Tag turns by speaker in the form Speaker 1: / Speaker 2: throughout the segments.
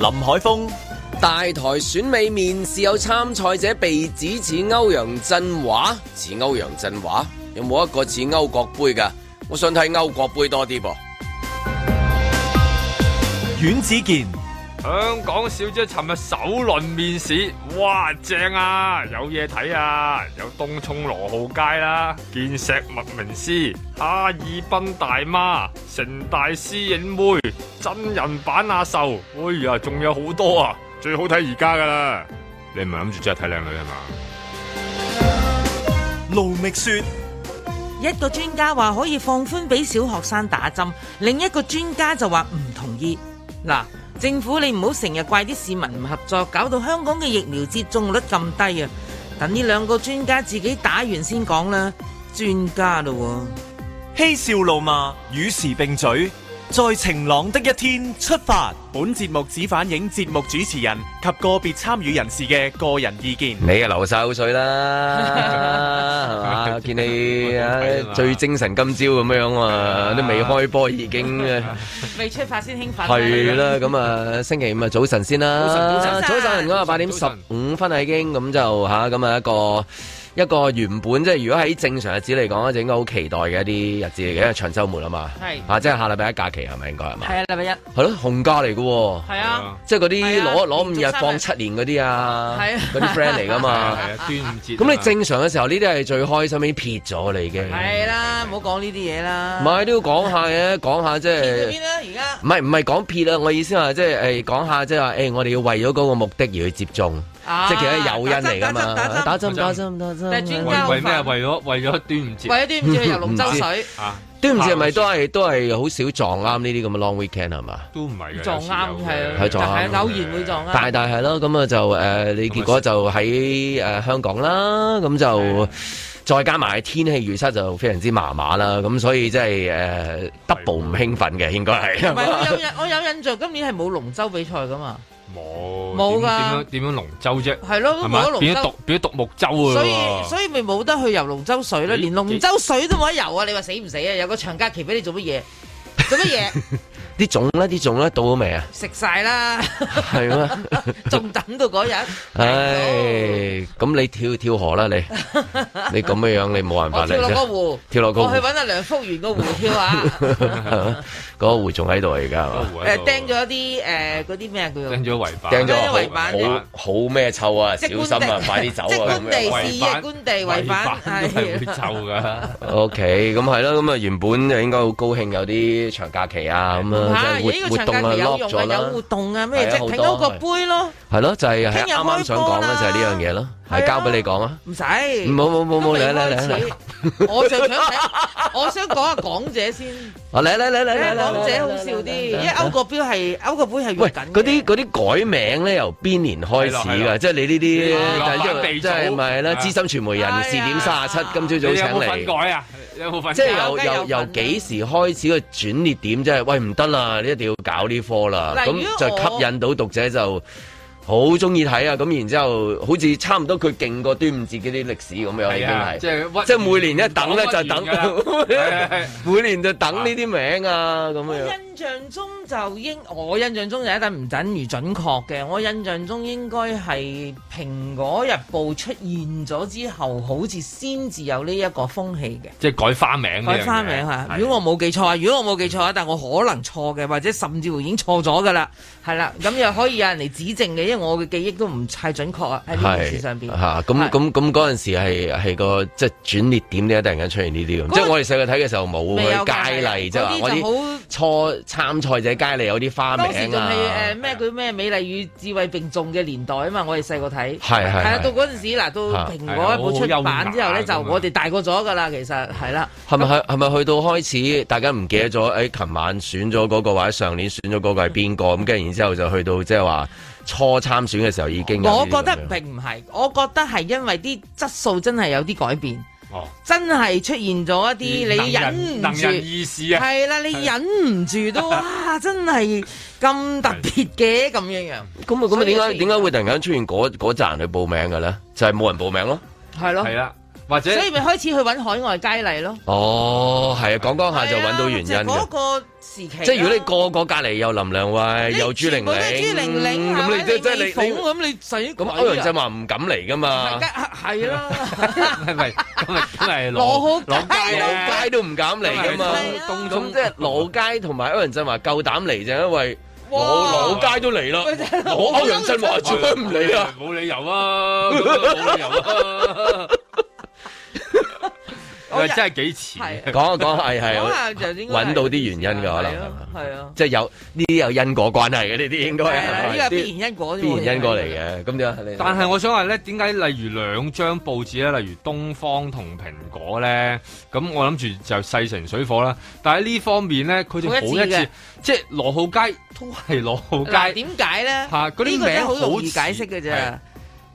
Speaker 1: 海峰。
Speaker 2: 大台選美面試有參賽者被指似歐陽振華，似歐陽振華有冇一個似歐國杯㗎？我想睇歐國杯多啲噃。
Speaker 1: 阮子健、
Speaker 3: 香港小姐尋日首輪面試，哇正啊，有嘢睇啊，有東涌羅浩街啦，健碩麥明詩、哈爾濱大媽、城大師影妹、真人版阿秀，哎呀，仲有好多啊，最好睇而家噶啦。你唔係諗住真係睇靚女係嘛？
Speaker 1: 盧覓雪、
Speaker 4: 一個專家話可以放寬俾小學生打針，另一個專家就話唔同意。嗱，政府你唔好成日怪啲市民唔合作，搞到香港嘅疫苗接種率咁低啊！等呢兩個專家自己打完先講啦，專家嘞喎。
Speaker 1: 嬉笑怒罵，與時並舉。在晴朗的一天出發。本節目只反映節目主持人及個別參與人士嘅個人意見。
Speaker 2: 你啊流晒口水啦，係嘛？見你啊最精神今朝咁樣啊，都未開波已 經啊
Speaker 4: 未出發先興奮
Speaker 2: 係啦，咁啊星期五啊早晨先啦，
Speaker 4: 早晨
Speaker 2: 早
Speaker 4: 早晨
Speaker 2: 晨，咁啊八點十五分啊已經咁就吓咁啊一個。一個原本即係如果喺正常日子嚟講咧，就應該好期待嘅一啲日子嚟嘅，因為長週末啊嘛，
Speaker 4: 係
Speaker 2: 啊，即係下禮拜一假期係咪應該係嘛？
Speaker 4: 係啊，禮拜一
Speaker 2: 係咯，紅假嚟嘅喎，
Speaker 4: 係啊，
Speaker 2: 即係嗰啲
Speaker 4: 係啊
Speaker 2: 攞攞五
Speaker 4: 連續
Speaker 2: 日
Speaker 4: 三
Speaker 2: 放
Speaker 4: 日
Speaker 2: 七年嗰啲啊
Speaker 4: 係啊，
Speaker 2: 嗰啲 friend 嚟噶 嘛。
Speaker 3: 啊，端午節
Speaker 2: 咁你正常嘅時候，呢啲係最開心，已經撇咗你嘅。
Speaker 4: 係啊啦，唔好講呢啲嘢啦。
Speaker 2: 唔係都要講下嘅，講下即
Speaker 4: 邊
Speaker 2: 係
Speaker 4: 邊。啦，而家
Speaker 2: 唔係唔係講撇啦，我意思話即係誒講下即係話誒，我哋要為咗嗰個目的而去接種，
Speaker 4: 啊
Speaker 2: 即係其實係誘因嚟㗎嘛。
Speaker 4: 打針
Speaker 2: 打
Speaker 4: 打
Speaker 2: 針打針打針。嗯
Speaker 4: 但係專
Speaker 3: 為
Speaker 4: 家
Speaker 3: 為咩啊？為咗為咗端午節
Speaker 4: 為一啲唔 知去游龍舟水
Speaker 3: 啊，
Speaker 2: 都唔知係咪都係都係好少撞啱呢啲咁嘅 long weekend 係嘛？
Speaker 3: 都唔係嘅，
Speaker 4: 撞啱係
Speaker 2: 係
Speaker 4: 啊，
Speaker 2: 撞啱
Speaker 4: 但係偶然會撞啱。
Speaker 2: 但係但係咯，咁啊就誒、呃你結果就喺誒、呃香港啦，咁就再加埋天氣預測就非常之麻麻啦，咁所以即係誒 double 唔興奮嘅應該係。
Speaker 4: 唔係，我有印，我有印象，今年係冇龍舟比賽噶嘛，
Speaker 3: 冇
Speaker 4: 冇
Speaker 3: 點點樣
Speaker 4: 㗎
Speaker 3: 點樣龍舟啫？
Speaker 4: 係咯，都
Speaker 3: 係
Speaker 4: 冇
Speaker 3: 嘛
Speaker 4: 得？龍
Speaker 3: 變咗獨
Speaker 4: 舟，
Speaker 3: 變咗獨木舟啊！
Speaker 4: 所以所以咪冇得去游龍舟水咯，
Speaker 3: 幾
Speaker 4: 連龍舟水都冇得游啊！你話死唔死啊？有個長假期俾你做乜嘢？做乜嘢？
Speaker 2: 啲種咧，啲種咧到咗未 啊？
Speaker 4: 食 晒啦，
Speaker 2: 係咩？
Speaker 4: 仲等到嗰日？
Speaker 2: 唉，咁你跳跳河啦你，你咁嘅樣你冇辦
Speaker 4: 我
Speaker 2: 法
Speaker 4: 跳落個
Speaker 2: 嚟
Speaker 4: 湖，
Speaker 2: 跳落個湖
Speaker 4: 我去揾阿梁福源個湖跳 下，
Speaker 2: 啫。嗰個湖仲喺度啊而家係嘛？
Speaker 3: 誒
Speaker 4: 誒釘咗一啲誒嗰啲咩啊叫做
Speaker 3: 釘咗圍板，
Speaker 2: 掟咗
Speaker 4: 咗圍板
Speaker 2: 好好咩臭啊！小
Speaker 4: 即
Speaker 2: 心啊！快啲走
Speaker 4: 即
Speaker 2: 啊！
Speaker 4: 官
Speaker 2: 咁樣
Speaker 3: 圍
Speaker 4: 地
Speaker 3: 板
Speaker 4: 事業官地圍板
Speaker 3: 圍都係會
Speaker 4: 係啊。
Speaker 3: 臭噶。
Speaker 2: O K，咁係啦，咁啊原本就應該好高興有啲長假期啊，咁啊
Speaker 4: 嚇！
Speaker 2: 即
Speaker 4: 呢
Speaker 2: 係
Speaker 4: 個
Speaker 2: 活活
Speaker 4: 長
Speaker 2: 動
Speaker 4: 假
Speaker 2: 啊
Speaker 4: 期有
Speaker 2: lock
Speaker 4: 用
Speaker 2: 咗
Speaker 4: 啊，
Speaker 2: 啦
Speaker 4: 有，活動啊，咩
Speaker 2: 係啊
Speaker 4: 啫？
Speaker 2: 好
Speaker 4: 睇
Speaker 2: 多
Speaker 4: 歐個杯咯，
Speaker 2: 係咯，就係係
Speaker 4: 聽日
Speaker 2: 啱啱想講咧，
Speaker 4: 開波啦
Speaker 2: 就係呢樣嘢咯，係
Speaker 4: 係啊
Speaker 2: 交俾你講啊，
Speaker 4: 唔使。
Speaker 2: 唔好冇冇
Speaker 4: 都
Speaker 2: 冇
Speaker 4: 未
Speaker 2: 嚟嚟
Speaker 4: 開
Speaker 2: 嚟嚟
Speaker 4: 始，我就 想睇，我想講下港姐先，
Speaker 2: 啊嚟嚟嚟嚟嚟嚟
Speaker 4: 港姐好笑啲，因為歐國標係歐國杯係
Speaker 2: 喂，
Speaker 4: 越緊嘅
Speaker 2: 嗰啲嗰啲改名咧，由邊年開始
Speaker 3: 係啦係
Speaker 2: 㗎？
Speaker 3: 啦
Speaker 2: 即係你呢啲，
Speaker 3: 你
Speaker 2: 就
Speaker 3: 講
Speaker 2: 因為
Speaker 3: 地
Speaker 2: 即係咪啦？
Speaker 3: 組
Speaker 2: 資深傳媒人
Speaker 4: 係啊
Speaker 2: 視點三十七，今
Speaker 3: 你有
Speaker 2: 朝早
Speaker 3: 冇
Speaker 2: 請
Speaker 3: 份
Speaker 2: 嚟。
Speaker 3: 改啊？你有冇份
Speaker 2: 即係
Speaker 3: 改？
Speaker 2: 由
Speaker 4: 有梗係有
Speaker 2: 由
Speaker 4: 份
Speaker 2: 由
Speaker 4: 啦
Speaker 2: 幾時開始個轉捩點，即係喂唔得啦，你一定要搞呢科啦，
Speaker 4: 嗱
Speaker 2: 咁
Speaker 4: 如果
Speaker 2: 就
Speaker 4: 我
Speaker 2: 吸引到讀者就好中意睇啊！咁然之後好似差唔多佢勁過端午節嗰啲歷史咁樣已經係，
Speaker 3: 即係
Speaker 2: 即係每年一等咧就等，每年就等呢啲名啊咁
Speaker 4: 我
Speaker 2: 樣。
Speaker 4: 印象中就應，我印象中就一定唔等於準確嘅。我印象中應該係《蘋果日報》出現咗之後，好似先至有呢一個風氣嘅。
Speaker 3: 即係改花名呢樣嘢。
Speaker 4: 改花名嚇，如果我冇記錯啊，如果我冇記錯啊，但我可能錯嘅，或者甚至乎已經錯咗噶啦，係啦，咁又可以有人嚟指正嘅，因為我嘅記憶都唔太準確啊喺呢件事上邊。
Speaker 2: 嚇啊咁
Speaker 4: 係
Speaker 2: 咁咁嗰陣時係係個即係轉捩點咧，突然間出現呢啲咁，即係我哋細個睇嘅時候冇
Speaker 4: 未有
Speaker 2: 嘅
Speaker 4: 嘅
Speaker 2: 佳麗，即係話
Speaker 4: 嗰
Speaker 2: 我
Speaker 4: 啲
Speaker 2: 啲
Speaker 4: 就好，
Speaker 2: 初參賽者佳麗有啲花名
Speaker 4: 當時仲
Speaker 2: 啊，
Speaker 4: 係誒咩佢咩美麗與智慧並重嘅年代啊嘛，我哋細個
Speaker 2: 係
Speaker 4: 睇。
Speaker 2: 係
Speaker 4: 係啊，
Speaker 2: 係
Speaker 4: 到嗰陣時嗱，到
Speaker 2: 啊
Speaker 4: 蘋果一部出版之後
Speaker 3: 係啊好優雅
Speaker 4: 咧，就
Speaker 3: 咁啊
Speaker 4: 我哋大個咗㗎啦，其實係啦，
Speaker 2: 係咪係咪去到開始，大家唔記得咗？誒，琴晚選咗嗰個或者上年選咗嗰個係邊個？咁跟住然之後就去到即係話初參選嘅時候已經有
Speaker 4: 我
Speaker 2: 呢啲
Speaker 4: 覺得
Speaker 2: 咁樣
Speaker 4: 並唔係，我覺得係因為啲質素真係有啲改變，
Speaker 3: 哦，
Speaker 4: 真係出現咗一啲你忍唔
Speaker 3: 能
Speaker 4: 住
Speaker 3: 人。異士啊！
Speaker 4: 係啦，你忍唔住 都哇，真係咁特別嘅咁樣樣，
Speaker 2: 咁啊咁啊，
Speaker 4: 所以
Speaker 2: 點解
Speaker 4: 先
Speaker 2: 點解會突然間出現嗰嗰扎人去報名嘅咧？就係冇人報名咯。
Speaker 4: 係咯
Speaker 3: 係。啦，或者
Speaker 4: 所以咪開始去揾海外佳麗咯。
Speaker 2: 哦，係啊，講講下就揾到原因
Speaker 4: 係啊就嗰
Speaker 2: 嘅。
Speaker 4: 個時期啦，
Speaker 2: 即係如果你個個隔離有林良慧，
Speaker 4: 你
Speaker 2: 有朱玲
Speaker 4: 全部都係朱玲玲，
Speaker 2: 咁你即即係
Speaker 4: 係
Speaker 2: 你你
Speaker 4: 咁你使
Speaker 2: 咁歐陽震華唔敢嚟噶嘛？
Speaker 4: 係啦，
Speaker 3: 係咪咁咪咁咪
Speaker 4: 羅浩佳
Speaker 3: 羅佳
Speaker 4: 咯
Speaker 3: 啊
Speaker 2: 街都唔敢嚟噶嘛？
Speaker 4: 係啊
Speaker 3: 東
Speaker 2: 咁
Speaker 3: 涌
Speaker 2: 即係羅街同埋歐陽振華夠膽嚟就因為
Speaker 4: 哇
Speaker 2: 我羅街都嚟啦
Speaker 4: 喂真，係
Speaker 2: 我歐陽振華做乜唔嚟啊？
Speaker 3: 冇理由 啊，咁都冇理 由啊，
Speaker 4: 我
Speaker 3: 喂真係幾遲啊
Speaker 4: 係啊
Speaker 2: 講下講下係
Speaker 4: 嗰
Speaker 2: 係，
Speaker 4: 下就應該係
Speaker 2: 揾到啲原因嘅可能係嘛
Speaker 4: 係啊，
Speaker 2: 即係有呢啲有因果關係嘅呢啲應該
Speaker 4: 係啊，
Speaker 2: 係
Speaker 4: 呢個係必然因果啫喎，
Speaker 2: 必然因果嚟嘅。咁點啊？你
Speaker 3: 但係我想話咧，點解例如兩張報紙咧，例如東方同蘋果咧，咁我諗住就勢成水火啦。但係呢方面咧，佢哋
Speaker 4: 好一致
Speaker 3: 好一
Speaker 4: 嘅
Speaker 3: 致，即係羅浩佳都係羅浩佳
Speaker 4: 嗱，，點解咧？
Speaker 3: 嚇嗰啲
Speaker 4: 呢個真係
Speaker 3: 名
Speaker 4: 好容易
Speaker 3: 好
Speaker 4: 解
Speaker 3: 似
Speaker 4: 釋嘅
Speaker 3: 係
Speaker 4: 啫。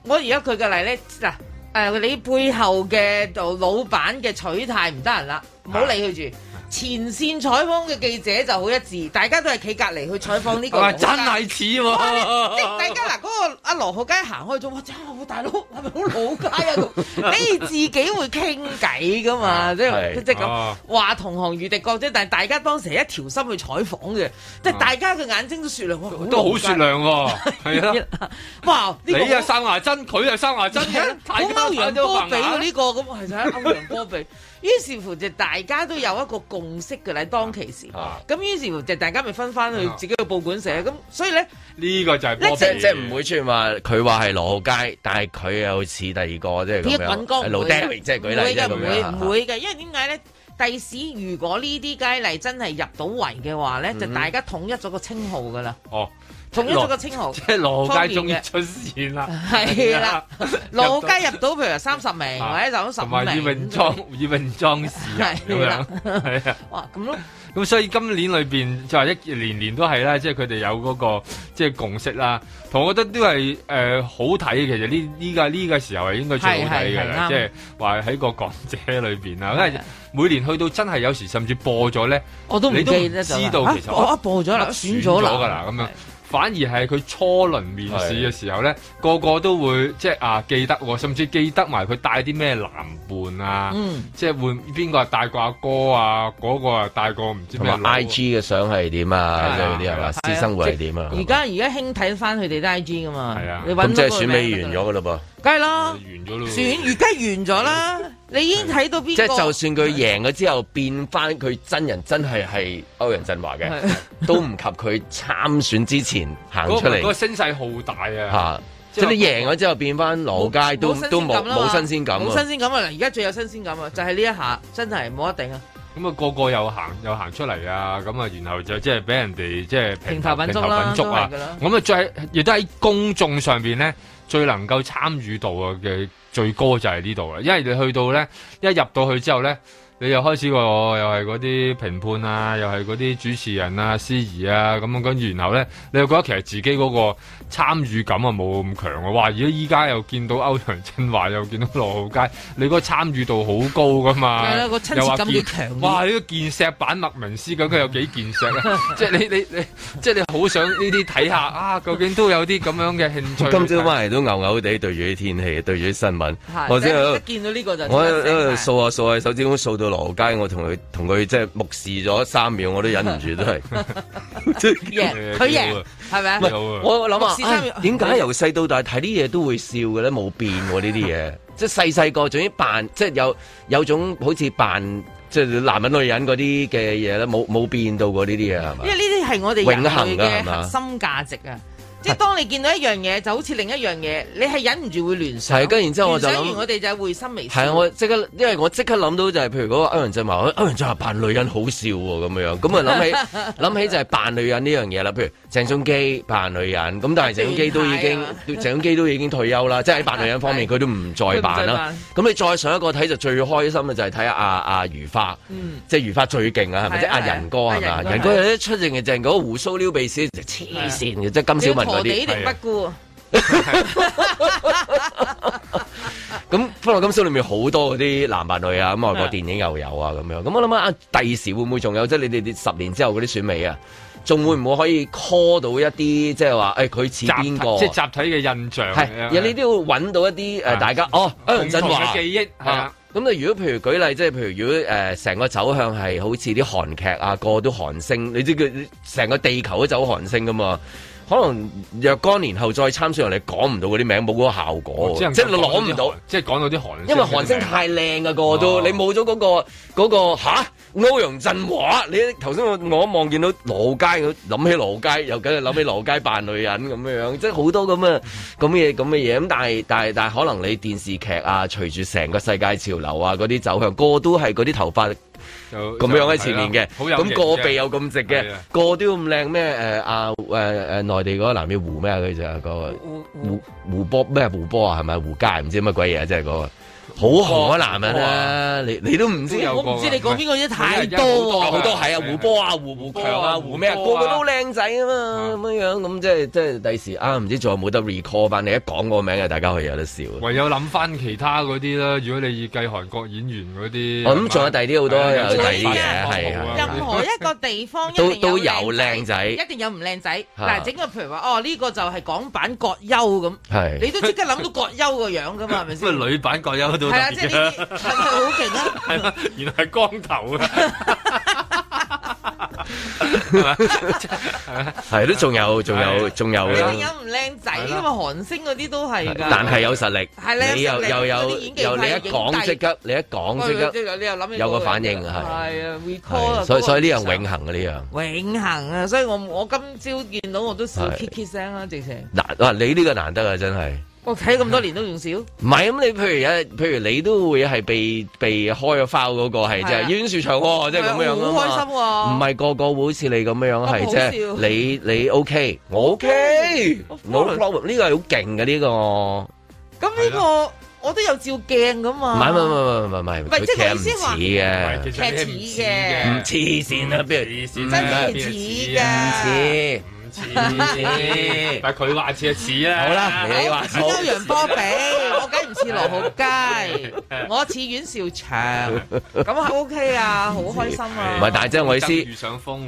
Speaker 4: 我而家舉個例咧，嗱，誒你背後嘅就老闆嘅取態唔得人
Speaker 3: 啊
Speaker 4: 啦，唔好理佢住。前線採訪嘅記者就好一致，大家都係企隔離去採訪呢個
Speaker 3: 啊
Speaker 4: 羅
Speaker 3: 真
Speaker 4: 家。
Speaker 3: 係似
Speaker 4: 哇你即係
Speaker 3: 喎
Speaker 4: 大。家嗱，嗰個阿羅浩佳行開咗，哇！真係好大佬，係咪好老街啊？ 咁你自己會傾偈噶嘛？即係
Speaker 2: 係
Speaker 4: 即係咁
Speaker 3: 啊
Speaker 4: 話同行如敵國啫，但係大家當時係一條心去採訪嘅，即係大家嘅眼睛都雪亮，哇！
Speaker 3: 啊都
Speaker 4: 老
Speaker 3: 好
Speaker 4: 街
Speaker 3: 雪亮喎， 係啊啦，
Speaker 4: 哇！呢
Speaker 3: 你
Speaker 4: 個
Speaker 3: 又
Speaker 4: 好啊
Speaker 3: 生牙針，佢又生牙針嘅，
Speaker 4: 好
Speaker 3: 大家
Speaker 4: 歐陽
Speaker 3: 睇到
Speaker 4: 波
Speaker 3: 白
Speaker 4: 比喎
Speaker 3: 眼
Speaker 4: 呢個咁，係實歐陽波比。 於是乎就大家都有一個共識嘅啦，當其時。
Speaker 2: 啊
Speaker 4: 咁於是乎就大家咪分翻去
Speaker 3: 啊
Speaker 4: 自己嘅報館社。咁所以咧，
Speaker 3: 呢個就係
Speaker 4: 即
Speaker 3: 波
Speaker 2: 即
Speaker 3: 比，
Speaker 2: 即係唔會出現話佢話係羅浩佳，但係佢又似第二個即係
Speaker 4: 一
Speaker 2: 咁
Speaker 4: 滾
Speaker 2: 樣，
Speaker 4: 光
Speaker 2: 係
Speaker 4: 唔
Speaker 2: 老
Speaker 4: 會
Speaker 2: Derry 即係舉例即係
Speaker 3: 啊
Speaker 4: 唔
Speaker 2: 咁
Speaker 4: 會
Speaker 2: 樣
Speaker 4: 嘅，唔會唔會嘅，因為點解咧？第時如果呢啲佳麗真係入到圍嘅話
Speaker 3: 嗯
Speaker 4: 咧，就大家統一咗個稱號 噶啦，
Speaker 3: 哦，
Speaker 4: 統一咗個稱號
Speaker 3: 即。係羅浩佳終於出現啦，
Speaker 4: 係啦，羅
Speaker 3: 佳
Speaker 4: 街入到譬如三十名
Speaker 3: 啊
Speaker 4: 或者就咁 十
Speaker 3: 同埋以
Speaker 4: 五名
Speaker 3: 泳， 裝以泳裝示人咁
Speaker 4: 係啦
Speaker 3: 樣，係啊。
Speaker 4: 哇咁咯。
Speaker 3: 咁所以今年裏邊就係一年年都係啦，即係佢哋有嗰、個即係共識啦。同我覺得都係誒、呃好睇嘅，其實呢呢個呢、個時候係應該最好睇嘅
Speaker 4: 係係係啱
Speaker 3: 啦，即係話喺個港姐裏邊啦。因
Speaker 4: 係
Speaker 3: 為
Speaker 4: 啊
Speaker 3: 每年去到真係有時甚至播咗咧，
Speaker 4: 我都唔
Speaker 3: 你都唔
Speaker 4: 記得咗啦
Speaker 3: 知道
Speaker 4: 啊
Speaker 3: 其實
Speaker 4: 我一播咗啦，
Speaker 3: 選
Speaker 4: 選咗啦，
Speaker 3: 㗎啦咁樣。反而係佢初輪面試嘅時候咧，個個都會即係啊記得喎，甚至記得埋佢帶啲咩男伴啊，
Speaker 4: 嗯，
Speaker 3: 即係換邊個係帶過阿哥啊，嗰、個啊帶過唔知
Speaker 2: 同
Speaker 3: 咩
Speaker 2: 埋
Speaker 3: 佬啊
Speaker 2: I G 嘅相係點啊？即係
Speaker 3: 係啊
Speaker 2: 嗰啲係
Speaker 3: 係
Speaker 2: 嘛？
Speaker 3: 啊
Speaker 2: 私生活係點啊？
Speaker 4: 而家而家興睇翻佢哋啲 I G 噶嘛，
Speaker 3: 係啊
Speaker 4: 你
Speaker 2: 咁
Speaker 4: 揾
Speaker 2: 即
Speaker 4: 到
Speaker 2: 係
Speaker 4: 個
Speaker 2: 選
Speaker 4: 名
Speaker 2: 美
Speaker 4: 就
Speaker 2: 完
Speaker 4: 得啦
Speaker 2: 咗噶嘞噃。
Speaker 4: 梗係啦
Speaker 3: 完，咗咯喎，
Speaker 4: 選而家完咗啦，你已經睇到邊
Speaker 2: 即
Speaker 4: 個？
Speaker 2: 係就算佢贏咗之後變翻佢真人真係係歐陽振華嘅，
Speaker 4: 係
Speaker 2: 都唔及佢參選之前行
Speaker 3: 嗰
Speaker 2: 出
Speaker 3: 個嗰個
Speaker 2: 嚟
Speaker 3: 聲勢浩大啊！
Speaker 2: 嚇。即係你贏咗之後變翻老街都
Speaker 4: 新鮮
Speaker 2: 都冇
Speaker 4: 感啦嘛
Speaker 2: 冇新鮮感
Speaker 4: 冇
Speaker 2: 啊！
Speaker 4: 新鮮感啊！嗱，而家最有新鮮感啊，就係呢一下真係冇得頂啊！
Speaker 3: 咁啊，個個又行又行出嚟啊！咁啊，然後就即係俾人哋即係
Speaker 4: 平頭品足啦，
Speaker 3: 平頭品
Speaker 4: 都
Speaker 3: 足
Speaker 4: 係
Speaker 3: 啊！
Speaker 4: 噶啦。
Speaker 3: 咁啊，最亦都喺公眾上邊咧，最能夠參與到啊嘅最高就係呢度啦，因為你去到咧，一入到去之後咧，你又開始個又係嗰啲評判啊，又係嗰啲主持人啊、司儀啊咁樣，跟住然後咧，你又覺得其實自己嗰個參與感啊冇咁強啊！哇！而家依家又見到歐陽振華，又見到羅浩佳，你嗰個參與度好高噶
Speaker 2: 啊
Speaker 3: 嘛？
Speaker 4: 係啦個親切
Speaker 3: 又話
Speaker 4: 感要
Speaker 3: 見
Speaker 4: 強啲
Speaker 3: 哇！呢、個健石版麥文斯究竟有幾健石咧？ 即係你你你，即係你好想呢啲睇下啊！究竟都有啲咁樣嘅興趣。
Speaker 2: 今朝翻嚟都牛牛地對住啲天氣，對住啲新聞，
Speaker 4: 係
Speaker 2: 我先喺
Speaker 4: 一
Speaker 2: 度。
Speaker 4: 見到呢個就
Speaker 2: 我呃喺
Speaker 4: 真係
Speaker 2: 度掃下掃下手指公掃到羅湖街，我同佢同佢即係目視咗三秒，我都忍唔住都係。 即係
Speaker 4: 贏，佢
Speaker 3: 有
Speaker 4: 贏
Speaker 3: 啊
Speaker 4: 係咪啊
Speaker 2: 唔？係
Speaker 3: 有啊
Speaker 2: 我
Speaker 4: 目視
Speaker 2: 諗
Speaker 4: 三
Speaker 2: 啊
Speaker 4: 秒，
Speaker 2: 唉點解由細到大睇啲嘢都會笑嘅咧？冇變喎呢啲 嘢，即係細細個總之扮，即係有有種好似扮即係男人女人嗰啲嘅嘢咧，冇冇變到過呢啲嘢係嘛
Speaker 4: 因？為呢啲係我哋人類
Speaker 2: 永恆㗎
Speaker 4: 嘅
Speaker 2: 係嘛
Speaker 4: 核心價值啊！即係當你見到一樣嘢，就好似另一樣嘢，你係忍唔住會聯想。
Speaker 2: 係跟然之後我就諗
Speaker 4: 聯想完我哋就會心微笑。
Speaker 2: 係啊！我即刻，因為我即刻諗到就係、譬如嗰個歐陽震華，歐陽震華扮女人好笑喎、咁樣， 咁啊諗起諗起就係扮女人呢樣嘢啦。譬如鄭中基扮女人，咁 但係鄭中基都已經
Speaker 4: 變態啊
Speaker 2: 鄭中基都已經退休 啦，即係喺扮女人方面佢都唔再扮啦。咁你再上一個睇就最開心嘅就係睇下阿阿如花，
Speaker 4: 嗯
Speaker 2: 即係如花最勁啊，係
Speaker 4: 係啊
Speaker 2: 咪？即係阿
Speaker 4: 係啊
Speaker 2: 仁哥係咪
Speaker 4: 阿
Speaker 2: 啊？
Speaker 4: 仁
Speaker 2: 仁
Speaker 4: 哥
Speaker 2: 哥有一出淨係淨嗰個胡鬚撩鼻屎，就黐線嘅，即係金
Speaker 4: 你
Speaker 2: 小
Speaker 4: 要
Speaker 2: 文嗰
Speaker 4: 陀
Speaker 2: 啲。
Speaker 4: 地定不顧，
Speaker 2: 咁《歡樂今宵》裏面好多嗰啲男扮女啊，咁外國電影又有啊咁樣。咁我諗下啊，第時會唔會仲有即係你哋十年之後嗰啲選美啊，仲會唔會可以 call 到一啲即係話誒佢似
Speaker 3: 集
Speaker 2: 邊個？啊
Speaker 3: 即係集體嘅印象。啊
Speaker 2: 係有呢啲會揾到一啲誒大家哦，歐陽振
Speaker 3: 共同
Speaker 2: 華
Speaker 3: 啊嘅記憶係
Speaker 2: 啊
Speaker 3: 啊，
Speaker 2: 咁你如果譬如舉例，即係譬如如果誒成、個走向係好似啲韓劇啊，個個都韓星，你知佢成個地球都走韓星噶嘛？可能若干年後再參選人，你講唔到嗰啲名，冇嗰個效
Speaker 3: 哦
Speaker 2: 果喎，哦即係你攞唔到。，
Speaker 3: 即係講到啲韓星嘅名，
Speaker 2: 因為韓星太靚啊，個個都
Speaker 3: 哦
Speaker 2: 你冇咗嗰個嗰、個嚇歐陽震華，你頭先我我一望見到羅佳，我諗起羅佳，又梗係諗起羅佳扮女人咁樣樣，即係好多咁
Speaker 3: 嗯
Speaker 2: 嘅咁嘅咁嘅嘢。咁但係但係但係可能你電視劇啊，隨住成個世界潮流啊嗰啲走向，個個都係嗰啲頭髮。
Speaker 3: 就
Speaker 2: 咁樣喺前面嘅，
Speaker 3: 好有型
Speaker 2: 咁個鼻又咁直嘅
Speaker 3: 係啊，
Speaker 2: 個都咁靚咩？誒啊誒誒，內地嗰個男嘅胡咩啊？佢就係嗰個
Speaker 4: 胡
Speaker 2: 胡胡波咩胡波啊？係咪胡佳唔知乜鬼嘢啊？真係嗰個好紅啊男人啊！你你都唔知
Speaker 3: 都有
Speaker 4: 我唔知你講邊個啫，太
Speaker 3: 因為
Speaker 4: 多
Speaker 3: 因為
Speaker 2: 好
Speaker 4: 喎。
Speaker 2: 多係啊，胡波啊，胡胡強啊，胡咩啊，個個都靚仔啊嘛，咁樣樣咁即係即係第時啊，唔知仲有冇得 recall 翻？你一講嗰個名啊，大家可以有得笑。
Speaker 3: 唯有諗翻其他嗰啲啦。如果你計韓國演員嗰啲，
Speaker 2: 我諗仲有第二啲好多
Speaker 3: 係啊
Speaker 2: 有第二啲
Speaker 4: 仲有
Speaker 2: 嘢係
Speaker 3: 啲
Speaker 2: 係
Speaker 3: 任
Speaker 2: 係
Speaker 4: 任何一個地方一
Speaker 2: 都
Speaker 4: 定
Speaker 2: 都有
Speaker 4: 有
Speaker 2: 靚仔
Speaker 4: 一定有唔靚仔。
Speaker 2: 嚇
Speaker 4: 嗱，整個譬如話，哦呢個就係港版葛優咁，
Speaker 2: 係
Speaker 4: 你都即刻諗到葛優個樣噶嘛，係咪先？
Speaker 3: 咁啊女版各有都
Speaker 4: 係啊，即係呢啲係咪好勁啊？
Speaker 3: 係啦，原來係光頭啊！係咪
Speaker 2: 係都仲有仲有
Speaker 3: 係
Speaker 2: 仲有
Speaker 4: 一
Speaker 2: 㗎
Speaker 4: 定有唔靚仔
Speaker 3: 係
Speaker 4: 噶
Speaker 3: 啦
Speaker 4: 嘛，韓星嗰啲都係㗎。
Speaker 2: 但係有實力
Speaker 4: 係，咧
Speaker 2: 你
Speaker 4: 有
Speaker 2: 又
Speaker 4: 實力
Speaker 2: 又
Speaker 4: 嗰
Speaker 2: 有
Speaker 4: 啲演技
Speaker 2: 又你
Speaker 4: 派
Speaker 2: 一講即刻，你一講即刻
Speaker 4: 你又諗起
Speaker 2: 有個反應
Speaker 4: 係
Speaker 2: 係
Speaker 4: 啊，recall 啊
Speaker 2: 係，所以所以呢樣
Speaker 4: 嗰
Speaker 2: 永
Speaker 4: 個
Speaker 2: 恆嘅呢
Speaker 4: 永恆啊！所以我我今朝見到我都笑
Speaker 2: 係
Speaker 4: k i k 聲啦，直情
Speaker 2: 樣難哇！你呢個難得啊，真係
Speaker 4: 我睇咁多年都仲少，
Speaker 2: 唔係咁你譬如有譬如你都會係被被開咗 file 嗰個係即係
Speaker 4: 係啊
Speaker 2: 冤樹牆喎，即係咁樣啊
Speaker 4: 好開
Speaker 2: 嘛
Speaker 4: 心喎！
Speaker 2: 唔係個個會好似你咁樣
Speaker 4: 好
Speaker 2: 係即係
Speaker 4: 笑
Speaker 2: 你你 OK，我 OK，
Speaker 4: Of
Speaker 2: 冇
Speaker 4: course 啊
Speaker 2: problem，呢個係好勁嘅呢個，唔
Speaker 4: 咁呢個我都有照鏡噶嘛。
Speaker 2: 係唔係唔係唔係唔
Speaker 4: 唔
Speaker 2: 係，
Speaker 4: 係即係
Speaker 2: 佢
Speaker 4: 我意思話
Speaker 2: 其實唔
Speaker 3: 係
Speaker 2: 似嘅，啊
Speaker 3: 其實你係唔似
Speaker 2: 唔黐
Speaker 3: 嘅，
Speaker 2: 線啊，邊
Speaker 3: 似
Speaker 2: 唔
Speaker 4: 真
Speaker 2: 係
Speaker 4: 係
Speaker 2: 唔
Speaker 4: 似
Speaker 2: 唔
Speaker 4: 㗎。
Speaker 2: 似。
Speaker 3: 唔似，但係佢話似就似啦。
Speaker 2: 好啦你
Speaker 4: 我
Speaker 2: 話
Speaker 4: 唔似歐陽波比，我梗唔似羅浩 佳，我似阮兆祥，咁 OK 啊，好開心啊！
Speaker 2: 唔係，但係即係 我意思，
Speaker 3: 遇上風，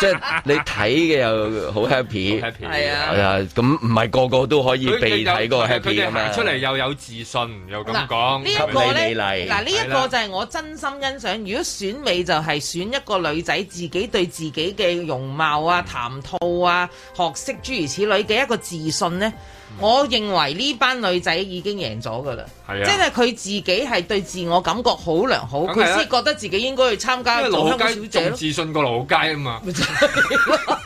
Speaker 2: 即係你睇嘅又好 happy，
Speaker 4: 係啊
Speaker 2: 係啊，咁唔係個個都可以
Speaker 3: 佢
Speaker 2: 被睇嗰個 happy
Speaker 3: 佢
Speaker 2: 噶
Speaker 3: 哋
Speaker 2: 嘛。
Speaker 3: 行出嚟又有自信，又咁
Speaker 4: 嗱
Speaker 3: 講，
Speaker 4: 呢一個
Speaker 2: 給你美
Speaker 4: 咧，
Speaker 2: 麗
Speaker 4: 嗱呢
Speaker 3: 係
Speaker 4: 一
Speaker 3: 啦
Speaker 4: 個就係我真心欣賞。如果選美就係選一個女仔自己對自己嘅容貌啊、談吐啊、學識諸如此類嘅一個自信呢，
Speaker 3: 嗯
Speaker 4: 我認為呢班女仔已經贏咗㗎啦。
Speaker 3: 係
Speaker 4: 即
Speaker 3: 啊。
Speaker 4: 係佢自己係對自我感覺好良好，
Speaker 3: 梗係
Speaker 4: 佢
Speaker 3: 啦
Speaker 4: 先覺得自己應該去參
Speaker 3: 因
Speaker 4: 加
Speaker 3: 為
Speaker 4: 做
Speaker 3: 老
Speaker 4: 香港
Speaker 3: 街
Speaker 4: 小姐
Speaker 3: 仲
Speaker 4: 咯。
Speaker 3: 自信過老街 啊嘛，
Speaker 4: 咪就係咯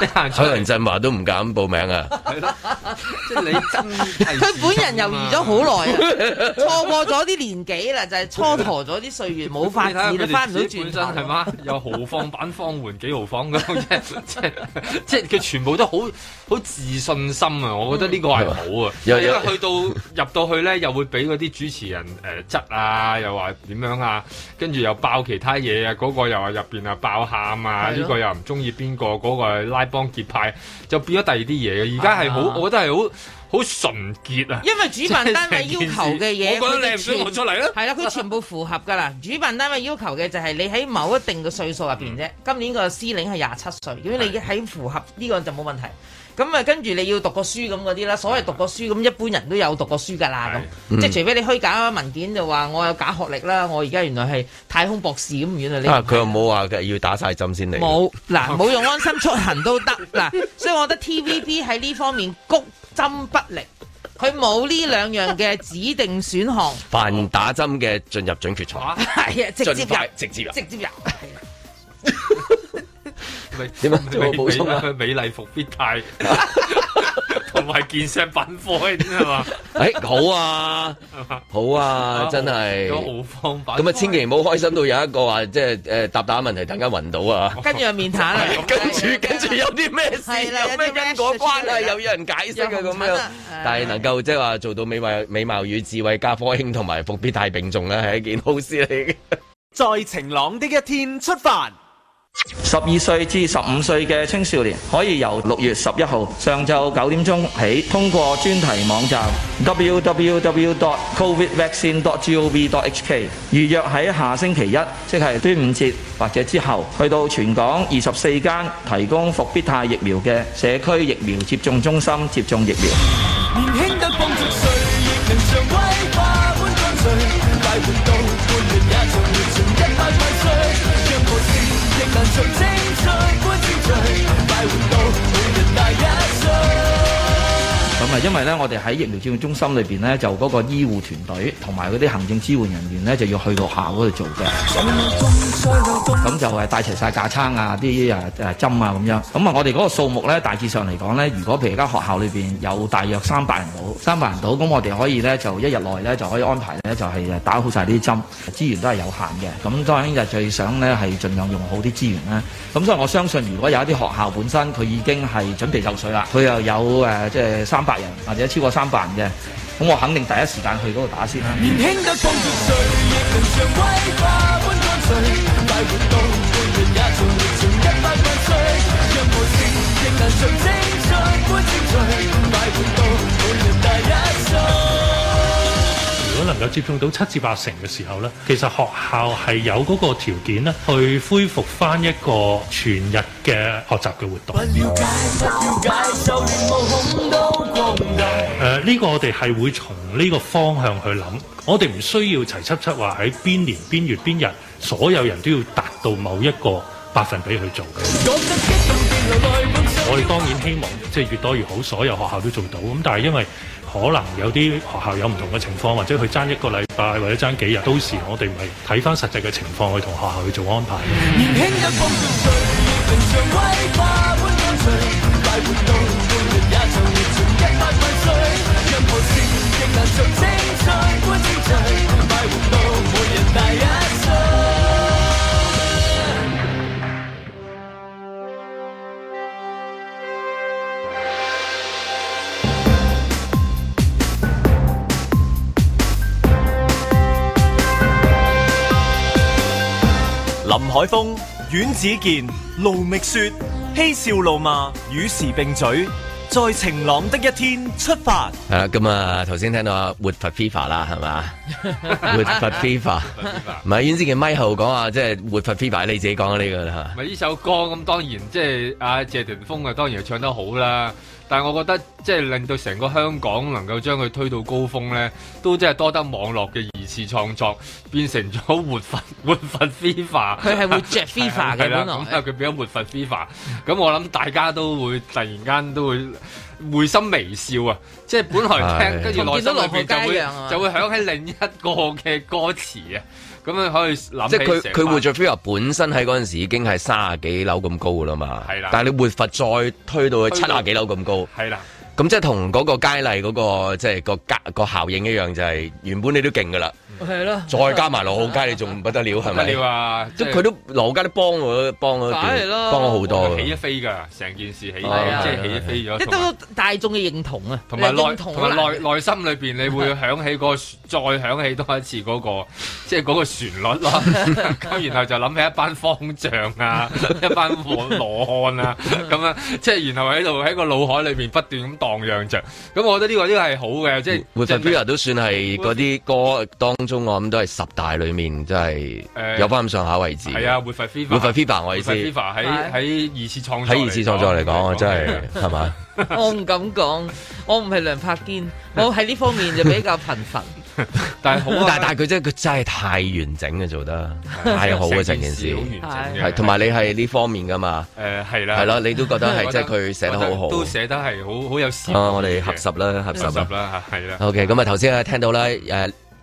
Speaker 3: 你行出
Speaker 2: 海
Speaker 3: 嚟
Speaker 2: 倫振華都唔敢報名啊！
Speaker 3: 係咯，即係你真係
Speaker 4: 佢本人猶豫咗好耐啊，
Speaker 3: 自
Speaker 4: 錯過咗啲年紀啦，就係蹉跎咗啲歲月，冇法
Speaker 3: 你睇下
Speaker 4: 子
Speaker 3: 佢
Speaker 4: 啦，
Speaker 3: 哋
Speaker 4: 翻唔到
Speaker 3: 自己
Speaker 4: 轉
Speaker 3: 本
Speaker 4: 頭啊
Speaker 3: 身係嘛？有豪放版方緩幾豪放咁， 即係即係佢全部都好好自信心啊！我覺得呢個係好啊，因
Speaker 2: 有有
Speaker 3: 為去到入到去咧，又會俾嗰啲主持人誒質啊，又話點樣啊，跟住又爆其他嘢啊，嗰個又話入邊啊爆喊啊，
Speaker 4: 係咯
Speaker 3: 呢個又唔中意邊個，嗰個係拉幫結派，就變咗第二啲嘢嘅。而家係好，
Speaker 4: 啊
Speaker 3: 我覺得係好好純潔啊！
Speaker 4: 因為主辦單位要求嘅嘢，
Speaker 3: 我覺得
Speaker 4: 佢
Speaker 3: 你
Speaker 4: 哋
Speaker 3: 唔想我
Speaker 4: 全
Speaker 3: 出嚟啊啦。
Speaker 4: 係啦，佢全部符合㗎啦。主辦單位要求嘅就係你喺某一定嘅歲數入邊
Speaker 3: 嗯
Speaker 4: 啫。今年個司令係廿七歲，如果你喺符合呢個就冇問題。咁啊，跟住你要讀過書咁嗰啲啦，所謂讀過書咁，一般人都有讀過書㗎啦。咁即係除非你虛假文件就話我有假學歷啦，我而家原來係太空博士咁遠 啊！你
Speaker 2: 啊，佢又冇話嘅要打晒針先嚟。
Speaker 4: 冇嗱，冇用安心出行都得嗱，所以我覺得 TVB 喺呢方面谷針不力，佢冇呢兩樣嘅指定選項，
Speaker 2: 凡打針嘅進入準決賽，
Speaker 3: 哇
Speaker 4: 係啊，直接
Speaker 2: 盡快
Speaker 4: 入，
Speaker 2: 直接入。
Speaker 4: 直接入，係啊
Speaker 3: 美
Speaker 2: 點啊做個
Speaker 3: 美
Speaker 2: 補充啊
Speaker 3: 美美麗復必 泰， 同埋健石品科啲啊
Speaker 2: 誒，好啊，
Speaker 3: 嘛，
Speaker 2: 好啊， 真係。
Speaker 3: 有豪放版
Speaker 2: 咁啊，千祈唔好開心到有一個話即係誒答答問題，突然間暈到啊！
Speaker 4: 跟住就面談啦，
Speaker 2: 跟住跟住有啲咩事，
Speaker 4: 係啦
Speaker 2: 有咩因果關係，又有人解釋啊
Speaker 4: 有
Speaker 2: 咁
Speaker 4: 紅疹
Speaker 2: 樣
Speaker 4: 啊。
Speaker 2: 但係能夠即係話做到美貌美貌與智慧加科興同埋復必泰並重咧，啊係一件好事嚟嘅。
Speaker 1: 在晴朗的一天出發。
Speaker 5: 十二歲至十五歲嘅青少年可以由六月十一號上晝九點鐘起，通過專題網站 www.covidvaccine.gov.hk 預約喺下星期一，即係端午節或者之後，去到全港二十四間提供復必泰疫苗嘅社區疫苗接種中心接種疫苗。
Speaker 6: 年輕得放逐誰，亦能像威化般乾脆，快活到半年也像活盡一百萬歲，讓無線亦能像青春般精粹，快活到每人大一歲。
Speaker 5: 咁啊，因為咧，我哋喺疫苗接種中心裏邊咧，就嗰個醫護團隊同埋嗰啲行政支援人員咧，就要去到校嗰度做嘅。咁就係帶齊晒架撐啊，啲誒誒針啊咁樣。咁啊，我哋嗰個數目咧，大致上嚟講咧，如果譬如而家學校裏邊有大約三百人到，三百人到，咁我哋可以咧就一日內咧就可以安排咧就係誒打好晒啲針，資源都係有限嘅。咁當然就最想咧係盡量用好啲資源啦。咁所以我相信，如果有一啲學校本身佢已經係準備就緒啦，佢又有誒即係三百人或者超過三百人嘅，咁我肯定第一時間去嗰度打先啦。
Speaker 6: 年輕得放逐誰，亦能像威化般乾脆，快活到半人也像活盡一百萬歲，讓無線亦能像青春般精粹，快活到每人大一歲。
Speaker 7: 如果能夠接種到七至八成嘅時候呢，其實學校係有嗰個條件咧，去恢復翻一個全日嘅學習嘅活動。
Speaker 6: 不了解，不了解，就連毛孔都擴大。
Speaker 7: 誒呢、個我哋係會從呢個方向去諗，我哋唔需要齊輯輯話喺邊年邊月邊日，所有人都要達到某一個百分比去做嘅。
Speaker 6: 覺得激動，原來內部想
Speaker 7: 我哋當然希望即係越多越好，所有學校都做到。咁但係因為可能有啲學校有唔同嘅情況，或者佢爭一個禮拜，或者爭幾日，到時我哋咪睇翻實際嘅情況去同學校去做安排。
Speaker 6: 年輕一方面誰，亦能像威化般乾脆，快活到半人也像活盡一百萬歲，任何事亦能像青春般精粹，快活到每人大一歲。
Speaker 1: 林海峰、阮子健、卢觅雪，嬉笑怒骂，与时并举，在晴朗的一天出发。
Speaker 2: 係啦，咁啊，頭先聽到啊，活佛 FIFA 啦，係嘛？活佛 FIFA，唔係，袁之健咪後講啊，即係活佛 FIFA，你自己講呢個啦
Speaker 3: 咪呢首歌咁，當然即係阿謝霆鋒啊，當然係唱得好啦。但係我覺得即係令到成個香港能夠將佢推到高峰咧，都真係多得網絡嘅二次創作，變成咗活佛活佛 FIFA。
Speaker 4: 佢係會着 FIFA 嘅
Speaker 3: 係啦
Speaker 4: 本
Speaker 3: 咁
Speaker 4: 來
Speaker 3: 啊，佢變咗活佛 FIFA。咁我諗大家都會突然間都會會心微笑啊！即係本來聽
Speaker 2: 係
Speaker 3: 跟住內心裏邊就
Speaker 4: 同見到羅學佳一
Speaker 3: 會
Speaker 4: 樣啊
Speaker 3: 就會響起另一個嘅歌詞啊！咁樣可以諗
Speaker 2: 嚇。即係佢
Speaker 3: 起成
Speaker 2: 佢
Speaker 3: 班
Speaker 2: 活著 FIFA 本身喺嗰陣時已經係三十幾樓咁高噶啦嘛，
Speaker 3: 係啦
Speaker 2: 但係你活佛再推到去
Speaker 3: 推
Speaker 2: 七
Speaker 3: 到
Speaker 2: 十幾樓咁高。
Speaker 3: 係啦。
Speaker 2: 咁即係同嗰個佳麗嗰、個即係個加個效應一樣，就係、原本你都勁噶啦，
Speaker 4: 係咯，
Speaker 2: 再加埋羅浩佳，你仲不得了係
Speaker 3: 不
Speaker 2: 咪
Speaker 3: 了？啊！
Speaker 2: 即
Speaker 3: 係
Speaker 2: 係佢都羅浩佳都幫我幫我
Speaker 4: 梗係啦
Speaker 2: 幫我好多
Speaker 3: 佢
Speaker 2: 㗎
Speaker 3: 起一飛㗎，成件事起，即
Speaker 2: 係啊
Speaker 3: 係起一飛咗。
Speaker 4: 即
Speaker 3: 同
Speaker 4: 係
Speaker 3: 埋
Speaker 4: 得到大眾嘅認同啊，
Speaker 3: 同埋內
Speaker 4: 認同
Speaker 3: 同
Speaker 4: 啊
Speaker 3: 埋內內心裏邊，你會 響起個再響起多一次嗰個，即係嗰個旋律 咯。咁然後就諗起一班方丈啊， 一班羅羅漢啊，咁樣即係然後喺度喺個腦海裏邊不斷咁蕩漾着。咁我覺得呢個呢個係好嘅，即係
Speaker 2: 活
Speaker 3: 即
Speaker 2: 佛
Speaker 3: 係
Speaker 2: v i 都算係嗰啲歌當中，我諗都係十大裡面，真係
Speaker 3: 誒
Speaker 2: 有翻咁上下位置。
Speaker 3: 係啊，，活佛 f i f
Speaker 2: 活佛 v i 我意思喺
Speaker 3: FIFA 喺喺二次創作
Speaker 2: 二次創作嚟講，我真
Speaker 3: 啊
Speaker 2: 係係嘛？
Speaker 4: 我唔敢講，我唔係梁柏堅，我喺呢方面就比較貧乏。
Speaker 3: 但係啊好啊
Speaker 2: 但 但係佢真係佢真係太完整嘅做得太好嘅成件事，
Speaker 3: 好完整嘅
Speaker 2: 係同埋你係呢方面噶嘛？
Speaker 3: 誒係啦，
Speaker 2: 係咯，你都覺得係
Speaker 3: 我
Speaker 2: 即
Speaker 3: 覺
Speaker 2: 係
Speaker 3: 得
Speaker 2: 佢寫得好好
Speaker 3: 我覺都寫得係好好有時
Speaker 2: 啊！我哋合十啦，合
Speaker 3: 合
Speaker 2: 十啦
Speaker 3: 十。啦，係啦，
Speaker 2: OK，咁啊頭先啊聽到啦，誒誒誒